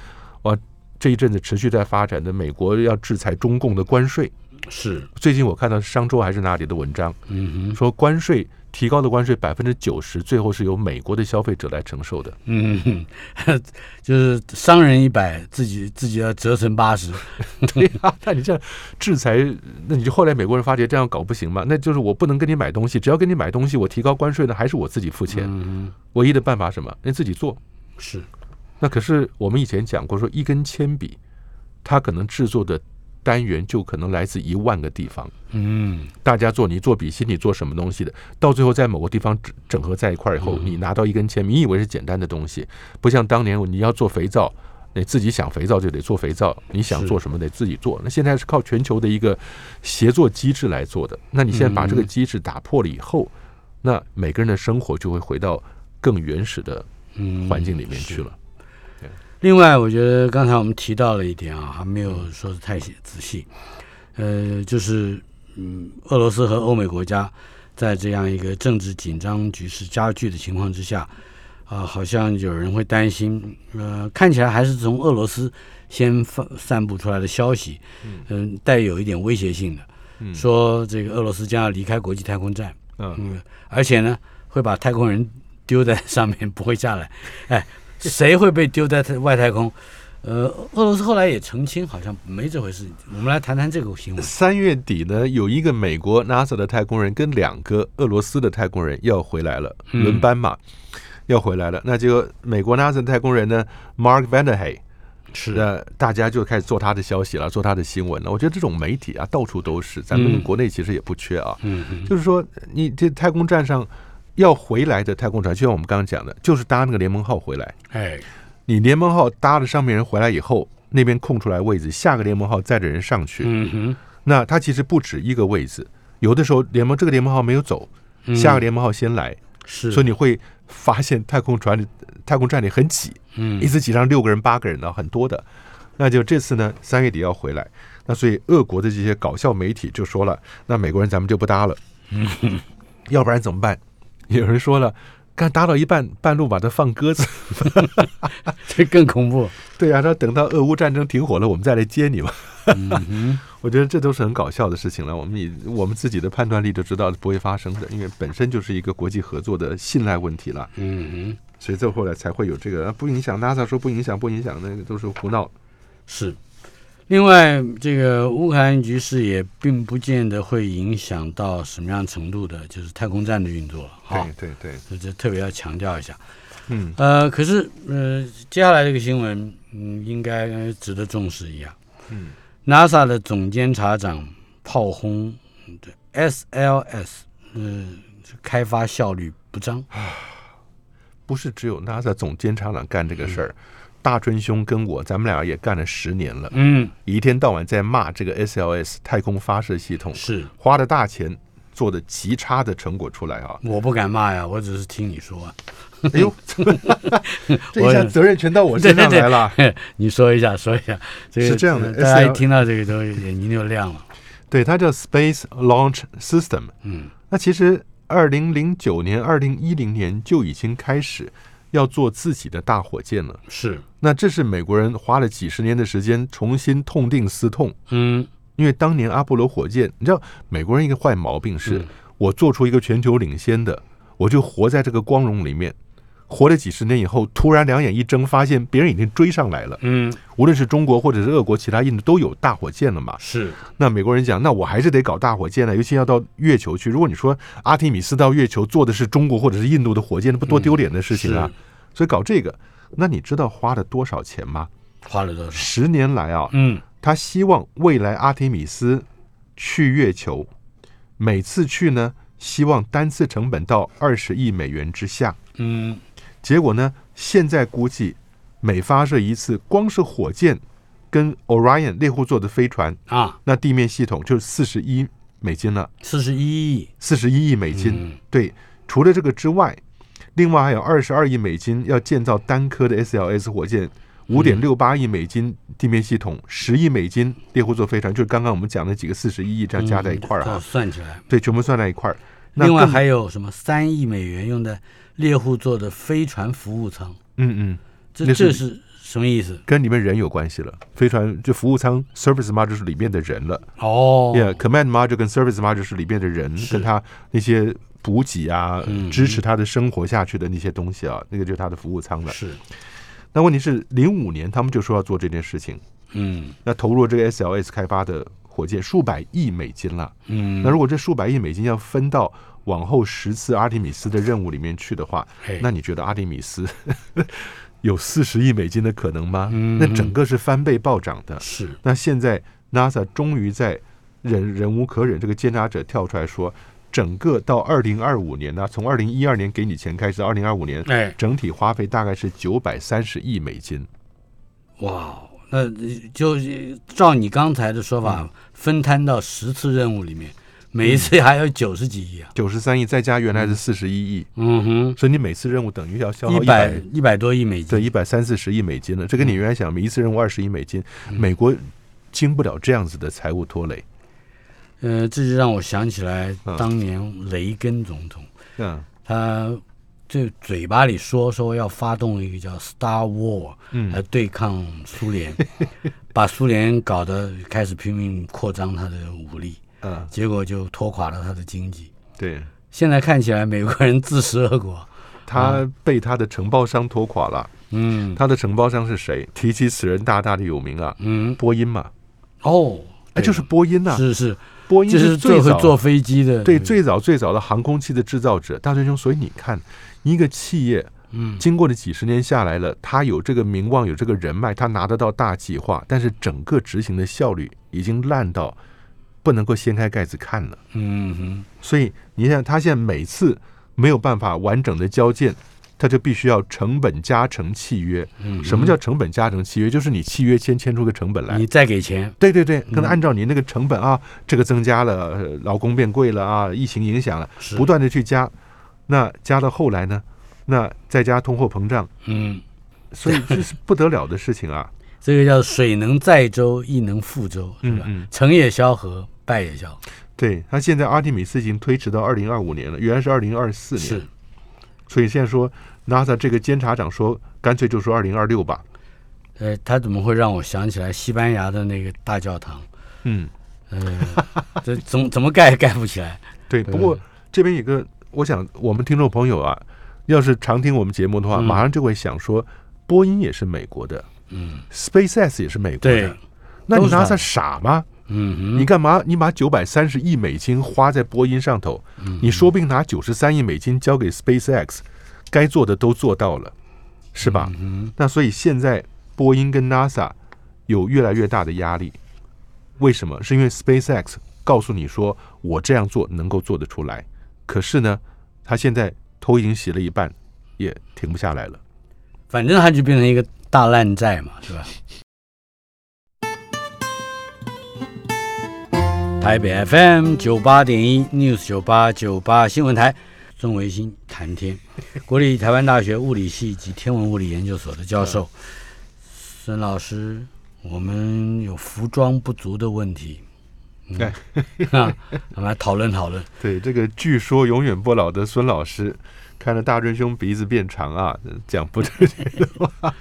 Speaker 3: 哇，这一阵子持续在发展的美国要制裁中共的关税，
Speaker 2: 是，
Speaker 3: 最近我看到商周还是哪里的文章
Speaker 2: 嗯哼
Speaker 3: 说，关税提高的关税百分之九十，最后是由美国的消费者来承受的。
Speaker 2: 嗯哼， 就是商人一百，自己自己要折成八十，
Speaker 3: 对呀、那你这样制裁，那你就后来美国人发觉这样搞不行嘛？那就是我不能跟你买东西，只要跟你买东西，我提高关税呢，还是我自己付钱。
Speaker 2: 嗯
Speaker 3: 唯一的办法是什么？你自己做。
Speaker 2: 哼，是
Speaker 3: 那可是我们以前讲过，说一根铅笔，它可能制作的单元就可能来自一万个地方。
Speaker 2: 嗯
Speaker 3: 大家做你做笔芯，你做什么东西的，到最后在某个地方整整合在一块儿
Speaker 2: 嗯
Speaker 3: 以后，你拿到一根铅笔，你以为是简单的东西，不像当年你要做肥皂，你自己想肥皂就得做肥皂，你想
Speaker 2: 是
Speaker 3: 做什么得自己做。那现在是靠全球的一个协作机制来做的。那你现在把这
Speaker 2: 嗯
Speaker 3: 个机制打破了以后，那每个人的生活就会回到更原始的
Speaker 2: 嗯，
Speaker 3: 环境里面去了。
Speaker 2: 另外，我觉得刚才我们提到了一点啊，还没有说的太仔细，呃，就是嗯，俄罗斯和欧美国家在这样一个政治紧张局势加剧的情况之下，啊、好像有人会担心，呃，看起来还是从俄罗斯先发散布出来的消息，嗯、带有一点威胁性的，
Speaker 3: 嗯
Speaker 2: 说这个俄罗斯将要离开国际太空站，
Speaker 3: 嗯，
Speaker 2: 嗯，而且呢，会把太空人丢在上面，不会下来。 哎，谁会被丢在太外太空？呃，俄罗斯后来也澄清，好像没这回事。我们来谈谈这个新闻。
Speaker 3: 三月底呢，有一个美国 NASA 的太空人跟两个俄罗斯的太空人要回来了，
Speaker 2: 嗯
Speaker 3: 轮班嘛，要回来了。那结果美国 NASA 的太空人呢，Mark Van der Hey，
Speaker 2: 是
Speaker 3: 那大家就开始做他的消息了，做他的新闻了。我觉得这种媒体啊，到处都是，咱们
Speaker 2: 嗯
Speaker 3: 国内其实也不缺啊。
Speaker 2: 嗯嗯
Speaker 3: 就是说，你这太空站上要回来的太空船，就像我们刚刚讲的，就是搭那个联盟号回来。
Speaker 2: 哎，
Speaker 3: 你联盟号搭了上面人回来以后，那边空出来位置，下个联盟号载着人上去。
Speaker 2: 嗯哼，
Speaker 3: 那它其实不止一个位置，有的时候联盟这个联盟号没有走，
Speaker 2: 嗯
Speaker 3: 下个联盟号先来，
Speaker 2: 是，
Speaker 3: 所以你会发现太空船里、太空站里很挤，
Speaker 2: 嗯
Speaker 3: 一次挤上六个人、八个人呢，很多的。那就这次呢，三月底要回来，那所以俄国的这些搞笑媒体就说了，那美国人咱们就不 搭了，要不然怎么办？有人说了，刚搭到一半，半路把它放鸽子，
Speaker 2: 这更恐怖。
Speaker 3: 对啊，那等到俄乌战争停火了，我们再来接你吧。
Speaker 2: 嗯哼，
Speaker 3: 我觉得这都是很搞笑的事情了。我们以我们自己的判断力就知道不会发生的，因为本身就是一个国际合作的信赖问题了，
Speaker 2: 嗯哼，
Speaker 3: 所以最后来才会有这个啊不影响。NASA 说不影响，不影响，那个都是胡闹。
Speaker 2: 是。另外，这个乌克兰局势也并不见得会影响到什么样程度的，就是太空站的运作了。好
Speaker 3: 对，对对，
Speaker 2: 这这特别要强调一下。
Speaker 3: 嗯，
Speaker 2: 呃，可是呃，接下来这个新闻，嗯，应该呃值得重视一下。
Speaker 3: 嗯
Speaker 2: ，NASA 的总监察长炮轰嗯对 SLS，嗯、是开发效率不彰。
Speaker 3: 不是只有 NASA 总监察长干这个事儿。大春兄跟我，咱们俩也干了十年了，
Speaker 2: 嗯，
Speaker 3: 一天到晚在骂这个 SLS 太空发射系统，
Speaker 2: 嗯是
Speaker 3: 花了大钱做的极差的成果出来啊！
Speaker 2: 我不敢骂呀，我只是听你 说啊。
Speaker 3: 哎呦，这一下责任全到我身上来了。
Speaker 2: 你说一下，说一下，这个
Speaker 3: 是这样的
Speaker 2: 呃大家
Speaker 3: SL
Speaker 2: 一听到这个都眼睛就亮了。
Speaker 3: 对，它叫 Space Launch System。
Speaker 2: 嗯，
Speaker 3: 那其实二零零九年、二零一零年就已经开始要做自己的大火箭了。
Speaker 2: 是，
Speaker 3: 那这是美国人花了几十年的时间重新痛定思痛，
Speaker 2: 嗯，
Speaker 3: 因为当年阿波罗火箭，你知道美国人一个坏毛病是，我做出一个全球领先的，我就活在这个光荣里面，活了几十年以后，突然两眼一睁，发现别人已经追上来了。
Speaker 2: 嗯，
Speaker 3: 无论是中国或者是俄国，其他印度都有大火箭了嘛。
Speaker 2: 是，
Speaker 3: 那美国人讲，那我还是得搞大火箭呢，尤其要到月球去。如果你说阿提米斯到月球做的是中国或者是印度的火箭，那不多丢脸的事情啊！所以搞这个，那你知道花了多少钱吗？
Speaker 2: 花了多少？
Speaker 3: 十年来啊，
Speaker 2: 嗯，
Speaker 3: 他希望未来阿提米斯去月球，每次去呢，希望单次成本到二十亿美元之下。
Speaker 2: 嗯，
Speaker 3: 结果呢，现在估计每发射一次，光是火箭跟 Orion 猎户座的飞船，
Speaker 2: 啊，
Speaker 3: 那地面系统就是四十一美金了，
Speaker 2: 四十一亿，
Speaker 3: 四十一亿美金。
Speaker 2: 嗯
Speaker 3: 对，除了这个之外，另外还有二十二亿美金要建造单颗的 SLS 火箭，
Speaker 2: 嗯
Speaker 3: 五点六八亿美金地面系统，十亿美金猎户座飞船，就是刚刚我们讲的几个四十一亿，这样加在一块儿
Speaker 2: 嗯
Speaker 3: 啊，
Speaker 2: 算起来，
Speaker 3: 对，全部算在一块儿。那
Speaker 2: 另外
Speaker 3: 更
Speaker 2: 还有什么三亿美元用的猎户座的飞船服务舱，
Speaker 3: 嗯嗯，
Speaker 2: 这
Speaker 3: 那是
Speaker 2: 这是什么意思？
Speaker 3: 跟里面人有关系了。飞船就服务舱 service module 是里面的人了。
Speaker 2: 哦
Speaker 3: Yeah, command module 跟 service module 是里面的人
Speaker 2: 是
Speaker 3: 跟他那些补给啊
Speaker 2: 嗯，
Speaker 3: 支持他的生活下去的那些东西啊，那个就是他的服务舱了。
Speaker 2: 是，
Speaker 3: 那问题是，零五年他们就说要做这件事情，
Speaker 2: 嗯
Speaker 3: 那投入这个 SLS 开发的火箭数百亿美金了。
Speaker 2: 嗯，
Speaker 3: 那如果这数百亿美金要分到往后十次阿提米斯的任务里面去的话，
Speaker 2: 嘿
Speaker 3: 那你觉得阿提米斯 有四十亿美金的可能吗？
Speaker 2: 嗯
Speaker 3: 那整个是翻倍暴涨的。
Speaker 2: 是
Speaker 3: 那现在 NASA 终于在忍忍无可忍，这个监察者跳出来说，整个到二零二五年呢、从二零一二年给你钱开始，二零二五年
Speaker 2: 哎
Speaker 3: 整体花费大概是九百三十亿美金。
Speaker 2: 哇，那就照你刚才的说
Speaker 3: 嗯
Speaker 2: 法，分摊到十次任务里面，每一次还有九十几亿啊。
Speaker 3: 九十三亿，再加原来的四十一亿，
Speaker 2: 嗯
Speaker 3: 所以你每次任务等于要消
Speaker 2: 哼，一
Speaker 3: 耗哦一
Speaker 2: 百嗯
Speaker 3: 百
Speaker 2: 一百多亿美金。
Speaker 3: 对一百三四十亿美金了。这跟你原来想每一次任务二十亿美金，
Speaker 2: 嗯
Speaker 3: 美国经不了这样子的财务拖累。
Speaker 2: 呃，这就让我想起来
Speaker 3: 嗯
Speaker 2: 当年雷根总统，
Speaker 3: 嗯
Speaker 2: 他这嘴巴里说说要发动一个叫 Star War 来
Speaker 3: 嗯
Speaker 2: 对抗苏 联，把苏联搞得开始拼命扩张他的武力，
Speaker 3: 嗯，
Speaker 2: 结果就拖垮了他的经济。
Speaker 3: 对，
Speaker 2: 现在看起来美国人自食恶果。
Speaker 3: 他被他的承包商拖垮了。
Speaker 2: 嗯
Speaker 3: 他的承包商是谁？提起此人，大大的有名啊，
Speaker 2: 嗯，
Speaker 3: 波音嘛，
Speaker 2: 哦，
Speaker 3: 哎，就是波音呐、
Speaker 2: 是是，
Speaker 3: 波音
Speaker 2: 这是
Speaker 3: 最
Speaker 2: 最会
Speaker 3: 早
Speaker 2: 坐飞机的，嗯
Speaker 3: 对最早最早的航空器的制造者，大师兄。所以你看，一个企业
Speaker 2: 嗯
Speaker 3: 经过了几十年下来了，他有这个名望，有这个人脉，他拿得到大计划，但是整个执行的效率已经烂到不能够掀开盖子看了。
Speaker 2: 嗯哼，
Speaker 3: 所以你看，他现在每次没有办法完整的交件，他就必须要成本加成契约。
Speaker 2: 嗯
Speaker 3: 什么叫成本加成契约？就是你契约先签出个成本来
Speaker 2: 你，再给钱，
Speaker 3: 对对
Speaker 2: 嗯
Speaker 3: 对，可能按照你那个成本啊，这个增加了，呃劳工变贵了啊，疫情影响了，
Speaker 2: 是
Speaker 3: 不断的去加，那加到后来呢，那再加通货膨胀，
Speaker 2: 嗯，
Speaker 3: 所以这是不得了的事情啊。
Speaker 2: 这个叫水能载舟，亦能覆舟， 是啊吧？
Speaker 3: 嗯嗯
Speaker 2: 成也萧何，败也萧何，
Speaker 3: 对，那现在阿提米斯已经推迟到二零二五年了，原来是二零二四年，
Speaker 2: 是
Speaker 3: 所以现在说 NASA 这个监察长说，干脆就说二零二六吧。
Speaker 2: 呃，他怎么会让我想起来西班牙的那个大教堂？
Speaker 3: 嗯，
Speaker 2: 呃，这怎怎么盖也盖不起来。
Speaker 3: 对。不过这边有个，我想我们听众朋友啊，要是常听我们节目的话，
Speaker 2: 嗯
Speaker 3: 马上就会想说，波音也是美国的
Speaker 2: 嗯，
Speaker 3: ，SpaceX 也是美国
Speaker 2: 对
Speaker 3: 的。，那你
Speaker 2: 都是他
Speaker 3: NASA 傻吗？
Speaker 2: 嗯
Speaker 3: 你
Speaker 2: 哼，
Speaker 3: 干嘛？你把九百三十亿美金花在波音上头，你说不定拿九十三亿美金交给 SpaceX，该做的都做到了，是吧？那所以现在波音跟 NASA 有越来越大的压力，为什么？是因为 SpaceX 告诉你说我这样做能够做得出来，可是呢，他现在头已经洗了一半，也停不下来了。
Speaker 2: 反正他就变成一个大烂债嘛，是吧？台北 FM 九八点一 News 九八九八新闻台，孙维新谈 天，国立台湾大学物理系及天文物理研究所的教授
Speaker 3: 嗯
Speaker 2: 孙老师，我们有服装不足的问题，嗯， 哈我们来讨论讨论。
Speaker 3: 对这个据说永远不老的孙老师，看着大真兄鼻子变长啊，讲不正确的话。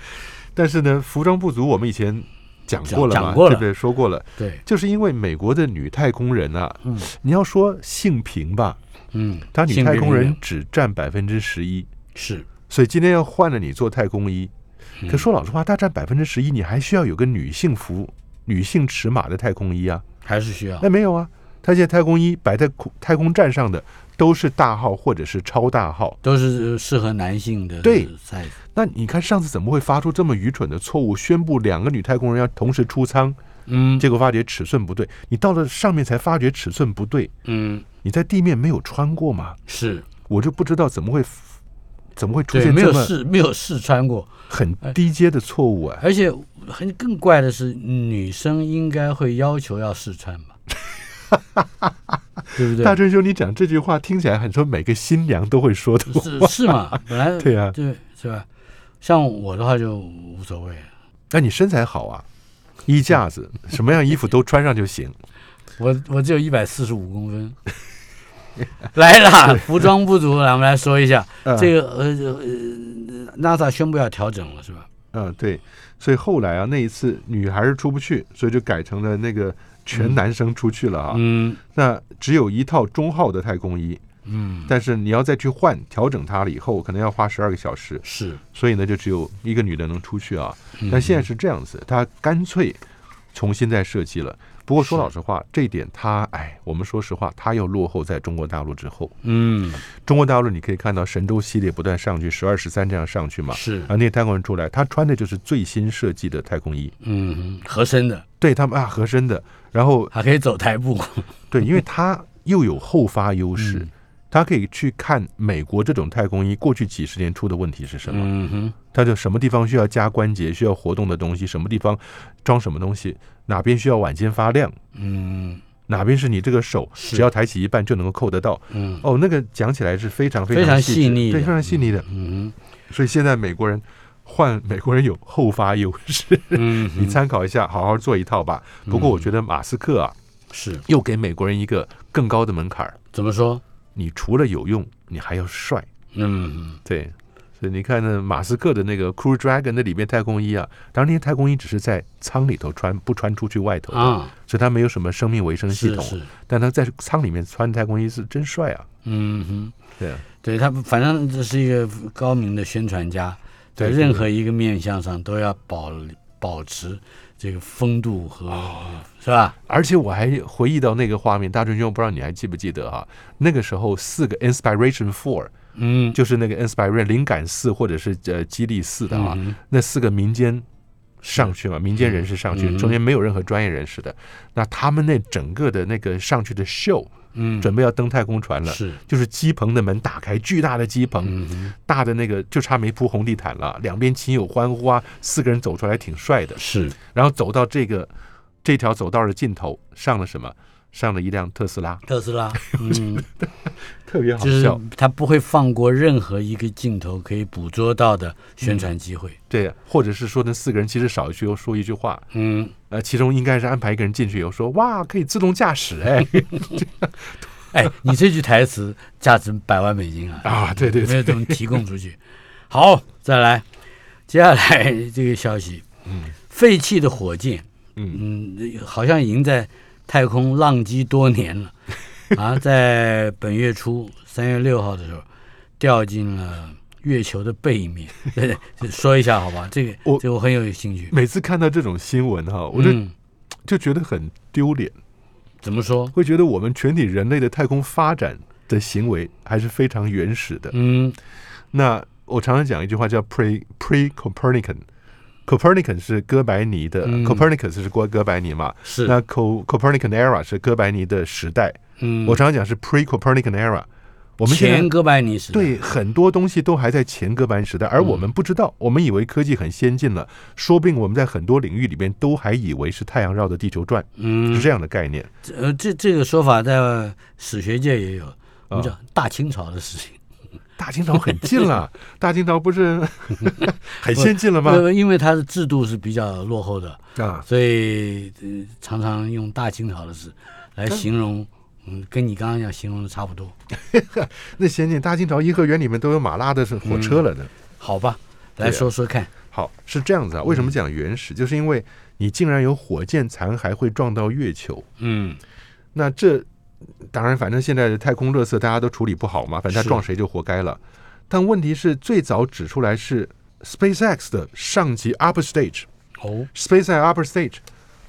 Speaker 3: 但是呢，服装不足，我们以前讲过了嘛，
Speaker 2: 讲过了
Speaker 3: 对不对？说过了，
Speaker 2: 对，
Speaker 3: 就是因为美国的女太空人啊，
Speaker 2: 嗯
Speaker 3: 你要说性平吧，
Speaker 2: 嗯，
Speaker 3: 她女
Speaker 2: 性别
Speaker 3: 太空
Speaker 2: 平
Speaker 3: 人
Speaker 2: 等
Speaker 3: 只占百分之十一，
Speaker 2: 是
Speaker 3: 所以今天要换了你做太空衣，
Speaker 2: 嗯
Speaker 3: 可说老实话，她占百分之十一，你还需要有个女性服、女性尺码的太空衣啊？
Speaker 2: 还是需要
Speaker 3: 那没有啊，她现在太空衣摆在空太空站上的都是大号或者是超大号。
Speaker 2: 都是呃适合男性的
Speaker 3: 对
Speaker 2: size，
Speaker 3: 那你看上次怎么会发出这么愚蠢的错误，宣布两个女太空人要同时出舱，
Speaker 2: 嗯
Speaker 3: 结果发觉尺寸不对，你到了上面才发觉尺寸不对，
Speaker 2: 嗯
Speaker 3: 你在地面没有穿过嘛，
Speaker 2: 是
Speaker 3: 我就不知道怎么会 f- 怎么会出
Speaker 2: 对，
Speaker 3: 现
Speaker 2: 没
Speaker 3: 这
Speaker 2: 有
Speaker 3: 么
Speaker 2: 试没有试穿过，
Speaker 3: 很低阶的错误啊！
Speaker 2: 而且很更怪的是，女生应该会要求要试穿 吧，对不
Speaker 3: 大
Speaker 2: 对？
Speaker 3: 真兄，你讲这句话听起来很说每个新娘都会说的话，
Speaker 2: 是是 嘛？本来
Speaker 3: 对啊
Speaker 2: 对是吧？像我的话就无所谓了，
Speaker 3: 那你身材好啊，衣架子什么样衣服都穿上就行。
Speaker 2: 我我只有一百四十五公 分。来啦，服装不足，来我们来说一下，
Speaker 3: 嗯
Speaker 2: 这个呃呃，NASA 宣布要调整了，是吧？
Speaker 3: 嗯，对，所以后来啊，那一次女孩是出不去，所以就改成了那个全男生出去了啊。
Speaker 2: 嗯
Speaker 3: 那只有一套中号的太空衣，
Speaker 2: 嗯，
Speaker 3: 但是你要再去换调整它了以后，可能要花十二个小时，
Speaker 2: 是
Speaker 3: 所以呢，就只有一个女的能出去啊。
Speaker 2: 嗯
Speaker 3: 但现在是这样子，她干脆重新再设计了。不过说
Speaker 2: 是
Speaker 3: 老实话，这一点她，哎，我们说实话，她又落后在中国大陆之后。
Speaker 2: 嗯
Speaker 3: 中国大陆你可以看到神舟系列不断上去，十二、十三这样上去嘛。
Speaker 2: 是
Speaker 3: 啊，那个太空人出来，他穿的就是最新设计的太空衣，
Speaker 2: 嗯合身的，
Speaker 3: 对他们啊合身的。然后
Speaker 2: 还可以走台步，
Speaker 3: 对，因为他又有后发优势，
Speaker 2: 嗯
Speaker 3: 他可以去看美国这种太空衣过去几十年出的问题是什么，
Speaker 2: 嗯哼，
Speaker 3: 他就什么地方需要加关节、需要活动的东西，什么地方装什么东西，哪边需要晚间发亮，
Speaker 2: 嗯
Speaker 3: 哪边是你这个手
Speaker 2: 是
Speaker 3: 只要抬起一半就能够扣得到。
Speaker 2: 嗯
Speaker 3: 哦，那个讲起来是非常
Speaker 2: 非常
Speaker 3: 细
Speaker 2: 细
Speaker 3: 致
Speaker 2: 腻
Speaker 3: 对，
Speaker 2: 的
Speaker 3: 非常细腻的。
Speaker 2: 嗯
Speaker 3: 所以现在美国人换美国人有后发优势，
Speaker 2: 嗯
Speaker 3: 你参考一下，好好做一套吧。不过我觉得马斯克啊，
Speaker 2: 是
Speaker 3: 又给美国人一个更高的门槛儿，
Speaker 2: 怎么说？
Speaker 3: 你除了有用，你还要帅。
Speaker 2: 嗯，
Speaker 3: 对，所以你看呢，马斯克的那个 Crew Dragon 那里面太空衣啊，当然那些太空衣只是在舱里头穿，不穿出去外头，
Speaker 2: 啊，
Speaker 3: 所以他没有什么生命维生系
Speaker 2: 是
Speaker 3: 统。
Speaker 2: 是，
Speaker 3: 但他在舱里面穿太空衣是真帅啊。
Speaker 2: 嗯哼，
Speaker 3: 对啊，
Speaker 2: 对他反正这是一个高明的宣传家，在
Speaker 3: 对对
Speaker 2: 任
Speaker 3: 对
Speaker 2: 何一个面向上都要保保持这个风度和是吧？
Speaker 3: 而且我还回忆到那个画面，大春兄，不知道你还记不记得啊？那个时候四个 Inspiration Four
Speaker 2: 嗯，
Speaker 3: 就是那个 Inspiration 灵感四或者是呃激励四的啊，
Speaker 2: 嗯哼
Speaker 3: 那四个民间上去嘛，民间人士上去，
Speaker 2: 嗯
Speaker 3: 中间没有任何专业人士的。那他们那整个的那个上去的秀，
Speaker 2: 嗯，
Speaker 3: 准备要登太空船了。
Speaker 2: 是，
Speaker 3: 就是机棚的门打开，巨大的机棚，
Speaker 2: 嗯哼，
Speaker 3: 大的那个就差没铺红地毯了，两边亲友欢呼啊，四个人走出来挺帅的。
Speaker 2: 是，
Speaker 3: 然后走到这个这条走道的尽头，上了什么？上了一辆特斯拉，
Speaker 2: 特斯拉，嗯，
Speaker 3: 特别
Speaker 2: 就是他不会放过任何一个镜头可以捕捉到的宣传机会。
Speaker 3: 对，或者是说那四个人其实少一句又说一句话，
Speaker 2: 嗯，
Speaker 3: 呃，其中应该是安排一个人进去以后说，哇，可以自动驾驶哎，
Speaker 2: 哎，你这句台词价值百万美金啊！
Speaker 3: 啊，对对
Speaker 2: 没
Speaker 3: 对，
Speaker 2: 有怎么提供出去。好，再来，接下来 这个消息，
Speaker 3: 嗯
Speaker 2: 废弃的火箭，嗯好像已经在太空浪迹多年 了啊，在本月初三月六号的时候掉进了。月球的背面， 对说一下好吧？这个
Speaker 3: 我
Speaker 2: 这个我很有兴趣。
Speaker 3: 每次看到这种新闻哈，我就、
Speaker 2: 嗯，
Speaker 3: 就觉得很丢脸，
Speaker 2: 怎么说？
Speaker 3: 会觉得我们全体人类的太空发展的行为还是非常原始的。
Speaker 2: 嗯
Speaker 3: 那我常常讲一句话叫 pre pre Copernican。Copernican 是哥白尼的、
Speaker 2: 嗯
Speaker 3: c o p e r n i c u s 是哥哥白尼嘛？
Speaker 2: 是
Speaker 3: 那 Co Copernican era 是哥白尼的时代，
Speaker 2: 嗯，
Speaker 3: 我常常讲是 pre Copernican era。我们现在
Speaker 2: 前哥白尼时代
Speaker 3: 对很多东西都还在前哥白尼时代，而我们不知道，我们以为科技很先进了，说不定我们在很多领域里面都还以为是太阳绕着地球转，
Speaker 2: 嗯
Speaker 3: 是这样的概念。
Speaker 2: 呃，这这个说法在史学界也有，我们
Speaker 3: 啊
Speaker 2: 叫大清朝的事情。
Speaker 3: 大清朝很近了，大清朝不是很先进了吗？
Speaker 2: 呃，因为它的制度是比较落后的，
Speaker 3: 啊，
Speaker 2: 所以、呃、常常用大清朝的事来形容，嗯，跟你刚刚要形容的差不多，
Speaker 3: 那先进，大清朝颐和园里面都有马拉的是火车了呢。
Speaker 2: 好吧？来
Speaker 3: 对啊
Speaker 2: 说说看，
Speaker 3: 好，是这样子啊。为什么讲原始？就是因为你竟然有火箭残骸会撞到月球，
Speaker 2: 嗯，
Speaker 3: 那这当然，反正现在的太空垃圾大家都处理不好嘛，反正
Speaker 2: 是
Speaker 3: 他撞谁就活该了。但问题是，最早指出来是 SpaceX 的上级 Upper Stage。
Speaker 2: 哦，
Speaker 3: SpaceX Upper Stage。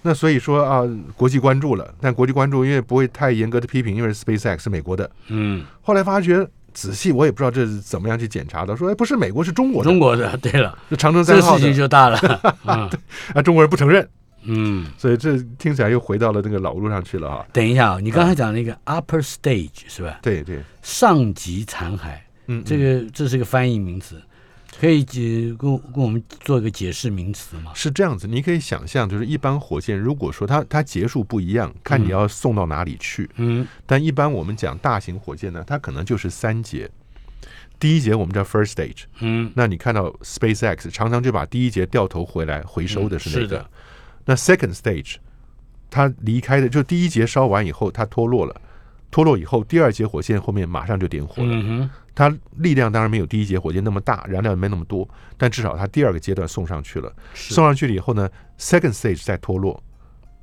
Speaker 3: 那所以说啊，国际关注了，但国际关注因为不会太严格的批评，因为 SpaceX 是美国的。
Speaker 2: 嗯，
Speaker 3: 后来发觉仔细，我也不知道这是怎么样去检查的，说哎，不是美国，是中国的。
Speaker 2: 中国的， 对了，
Speaker 3: 这长征
Speaker 2: 这
Speaker 3: 三
Speaker 2: 个
Speaker 3: 号
Speaker 2: 事情
Speaker 3: 的
Speaker 2: 就大了， 啊，
Speaker 3: 啊，中国人不承认，
Speaker 2: 嗯，
Speaker 3: 所以这听起来又回到了那个老路上去了哈。
Speaker 2: 等一下啊，你刚才讲那个 upper stage 是吧？
Speaker 3: 对对，
Speaker 2: 上级残骸，
Speaker 3: 嗯，
Speaker 2: 这个这是个翻译名词，可以解跟我跟我们做一个解释名词吗？
Speaker 3: 是这样子，你可以想象，就是一般火箭如果说它它结束不一样，看你要送到哪里去。
Speaker 2: 嗯
Speaker 3: 但一般我们讲大型火箭呢，它可能就是三节，第一节我们叫 first stage，
Speaker 2: 嗯，
Speaker 3: 那你看到 SpaceX 常常就把第一节掉头回来回收的是
Speaker 2: 嗯
Speaker 3: 那
Speaker 2: 是
Speaker 3: 个，
Speaker 2: 的
Speaker 3: 那 second stage，它离开的就第一节烧完以后，它脱落了，脱落以后第二节火箭后面马上就点火了，
Speaker 2: 嗯哼，
Speaker 3: 它力量当然没有第一节火箭那么大，燃料也没那么多，但至少它第二个阶段送上去了，
Speaker 2: 是嗯
Speaker 3: 送上去了以后呢，second stage 再脱落。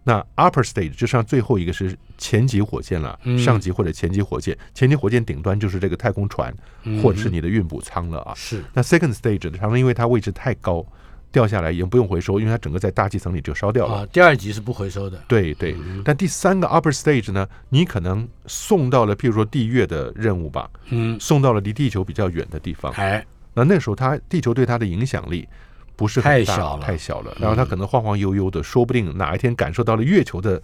Speaker 3: 那 upper stage 就像最后一个是前级火箭了，
Speaker 2: 嗯
Speaker 3: 上级或者前级火箭，前级火箭顶端就是这个太空船
Speaker 2: 嗯
Speaker 3: 或者是你的运补舱了啊。
Speaker 2: 是
Speaker 3: 那 second stage 的常常因为它位置太高，掉下来已经不用回收，因为它整个在大气层里就烧掉了。
Speaker 2: 啊，第二集是不回收的，
Speaker 3: 对对，
Speaker 2: 嗯
Speaker 3: 但第三个 upper stage 呢，你可能送到了，譬如说地月的任务吧，
Speaker 2: 嗯，
Speaker 3: 送到了离地球比较远的地方。
Speaker 2: 哎，
Speaker 3: 那那时候它地球对它的影响力不是很
Speaker 2: 太
Speaker 3: 大
Speaker 2: 小了
Speaker 3: 太小了。然后它可能晃晃悠悠的，说不定哪一天感受到了月球的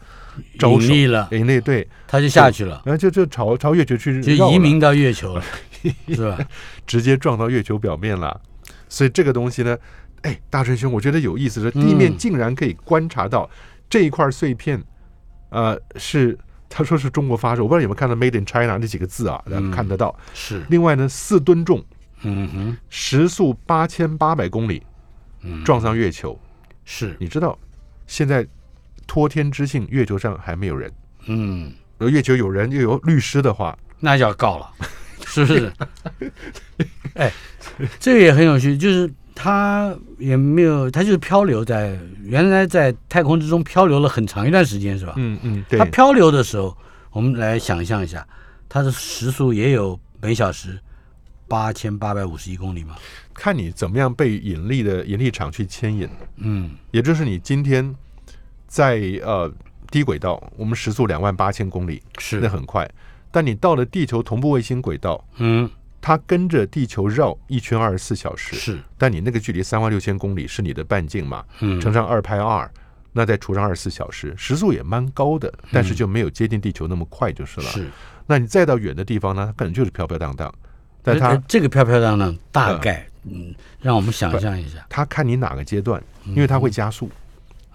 Speaker 3: 招
Speaker 2: 引
Speaker 3: 手，
Speaker 2: 力了，
Speaker 3: 哎，那对，
Speaker 2: 他就下去了，
Speaker 3: 然后就就朝朝月球去
Speaker 2: 就
Speaker 3: 绕了
Speaker 2: 移民到月嗯 球了，是吧？
Speaker 3: 直接撞到月球表面了。所以这个东西呢，哎，大春兄，我觉得有意思是，地面
Speaker 2: 嗯
Speaker 3: 竟然可以观察到这一块碎片，呃，是他说是中国发射，我不知道有没有看到 “Made in China” 那几个字啊，
Speaker 2: 嗯
Speaker 3: 看得到。
Speaker 2: 是，
Speaker 3: 另外呢，四吨重，
Speaker 2: 嗯哼，
Speaker 3: 时速八千八百公里，
Speaker 2: 嗯，
Speaker 3: 撞上月球。
Speaker 2: 是，
Speaker 3: 你知道，现在托天之幸，月球上还没有人。
Speaker 2: 嗯，
Speaker 3: 如果月球有人又有律师的话，
Speaker 2: 那就要告 了，是不是？哎，这个也很有趣，就是他也没有，他就是漂流在原来在太空之中漂流了很长一段时间，是吧？
Speaker 3: 嗯嗯，对
Speaker 2: 它，漂流的时候，我们来想象一下，它的时速也有每小时八千八百五十一公里嘛。
Speaker 3: 看你怎么样被引力的引力场去牵引。
Speaker 2: 嗯
Speaker 3: 也就是你今天在呃低轨道，我们时速两万八千公里，
Speaker 2: 是
Speaker 3: 那很快。但你到了地球同步卫星轨道，
Speaker 2: 嗯，
Speaker 3: 它跟着地球绕一圈二十四小时，
Speaker 2: 是，
Speaker 3: 但你那个距离三万六千公里是你的半径嘛，
Speaker 2: 嗯，
Speaker 3: 乘上二派二，那再除上二十四小时，时速也蛮高的，但是就没有接近地球那么快就是了。
Speaker 2: 是，
Speaker 3: 那你再到远的地方呢，它可能就是飘飘荡荡，但
Speaker 2: 呃
Speaker 3: 它
Speaker 2: 呃这个漂漂亮亮，大概嗯，让我们想象一下
Speaker 3: 它看你哪个阶段，因为它会加速，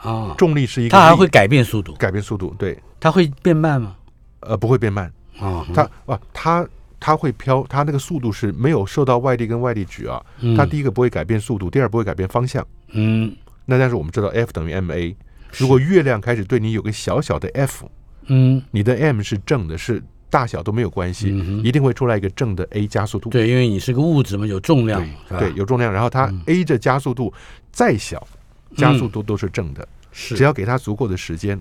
Speaker 2: 啊，
Speaker 3: 重力是一个
Speaker 2: 嗯
Speaker 3: 力，
Speaker 2: 它还会改变速度，
Speaker 3: 改变速度，对，
Speaker 2: 它会变慢吗？
Speaker 3: 呃，不会变慢。
Speaker 2: 啊，
Speaker 3: 它啊，它它会飘，它那个速度是没有受到外力跟外力矩啊。它第一个不会改变速度，第二不会改变方向。
Speaker 2: 嗯
Speaker 3: 那但是我们知道 F 等于 ma，如果月亮开始对你有个小小的 F，
Speaker 2: 嗯，
Speaker 3: 你的 m 是正的，是大小都没有关系，一定会出来一个正的 a 加速度。
Speaker 2: 对，因啊为你是个物质嘛，有重量嘛，
Speaker 3: 对，
Speaker 2: 是吧？
Speaker 3: 有重量，然后它
Speaker 2: 嗯
Speaker 3: a 这加速度再小，加速度都是正的。只
Speaker 2: 是，
Speaker 3: 要给它足够的时间，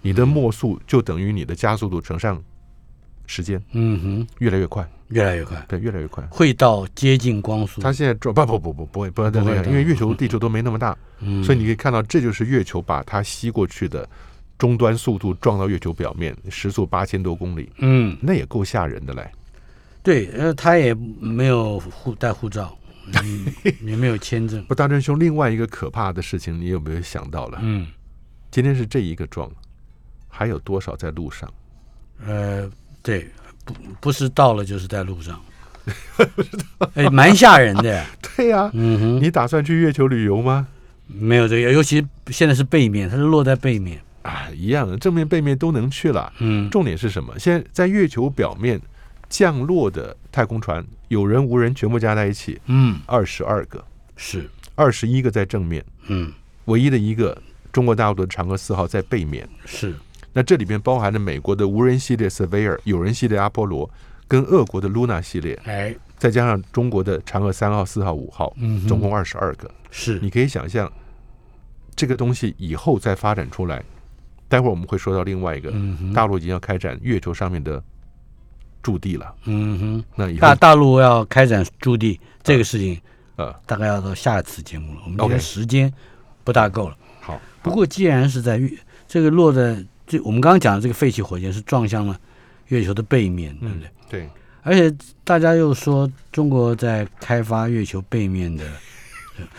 Speaker 3: 你的末速就等于你的加速度乘上时间，
Speaker 2: 嗯哼，
Speaker 3: 越来越快，
Speaker 2: 越来越快，
Speaker 3: 对，越来越快。
Speaker 2: 会到接近光速，
Speaker 3: 它现在撞不不不不不会不会这
Speaker 2: 不会
Speaker 3: 样，
Speaker 2: 的
Speaker 3: 因为月球、地球都没那么大，
Speaker 2: 嗯
Speaker 3: 所以你可以看到，这就是月球把它吸过去的终端速度撞到月球表面，时速八千多公里，
Speaker 2: 嗯，
Speaker 3: 那也够吓人的嘞。
Speaker 2: 对，呃，他也没有护带护照，嗯也没有签证，
Speaker 3: 不，大真兄，另外一个可怕的事情，你有没有想到了？
Speaker 2: 嗯，
Speaker 3: 今天是这一个撞，还有多少在路上？
Speaker 2: 呃，对，不不是到了就是在路 上，哎，蛮吓人的，
Speaker 3: 对呀、
Speaker 2: 嗯哼，
Speaker 3: 你打算去月球旅游吗？
Speaker 2: 没有这个，尤其现在是背面，它是落在背面，
Speaker 3: 啊，一样的，正面背面都能去了。
Speaker 2: 嗯，
Speaker 3: 重点是什么？现在在月球表面降落的太空船，有人无人全部加在一起，
Speaker 2: 嗯，
Speaker 3: 二十二个。
Speaker 2: 是，
Speaker 3: 二十一个在正面，
Speaker 2: 嗯，
Speaker 3: 唯一的一个中国大陆的嫦娥四号在背面。
Speaker 2: 是，
Speaker 3: 那这里边包含了美国的无人系列 Surveyor、有人系列阿波罗，跟俄国的 Luna 系列，
Speaker 2: 哎，
Speaker 3: 再加上中国的嫦娥三号、四号、五号，
Speaker 2: 嗯哼
Speaker 3: 总共二十二个。
Speaker 2: 是
Speaker 3: 你可以想象，这个东西以后再发展出来，待会儿我们会说到另外一个，
Speaker 2: 嗯哼
Speaker 3: 大陆已经要开展月球上面的驻地了。
Speaker 2: 嗯哼，
Speaker 3: 那以后
Speaker 2: 大大陆要开展驻地这个事情，
Speaker 3: 呃，
Speaker 2: 大概要到下一次节目了。我们
Speaker 3: 嗯 OK
Speaker 2: 这个时间不大够了。
Speaker 3: 好，
Speaker 2: 不过既然是在月，这个落在这，我们刚刚讲的这个废弃火箭是撞向了月球的背面，
Speaker 3: 嗯
Speaker 2: 对不对？
Speaker 3: 对，
Speaker 2: 而且大家又说中国在开发月球背面的，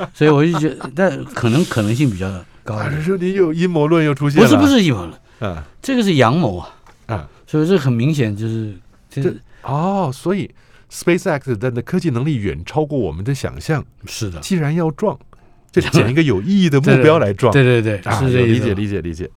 Speaker 2: 所以我就觉得，但可能可能性比较高一
Speaker 3: 啊，
Speaker 2: 点。
Speaker 3: 说你有阴谋论又出现
Speaker 2: 不
Speaker 3: 了，
Speaker 2: 是不，是一模了，
Speaker 3: 嗯
Speaker 2: 这个是阳谋啊，
Speaker 3: 嗯，
Speaker 2: 所以这很明显就是这
Speaker 3: 这哦，所以 SpaceX 的的科技能力远超过我们的想象，
Speaker 2: 是的，
Speaker 3: 既然要撞，就捡一个有意义的目标来撞，
Speaker 2: 对对对，
Speaker 3: 啊，
Speaker 2: 是这
Speaker 3: 有
Speaker 2: 意
Speaker 3: 理
Speaker 2: 思
Speaker 3: 解
Speaker 2: 吧。
Speaker 3: 理解理解，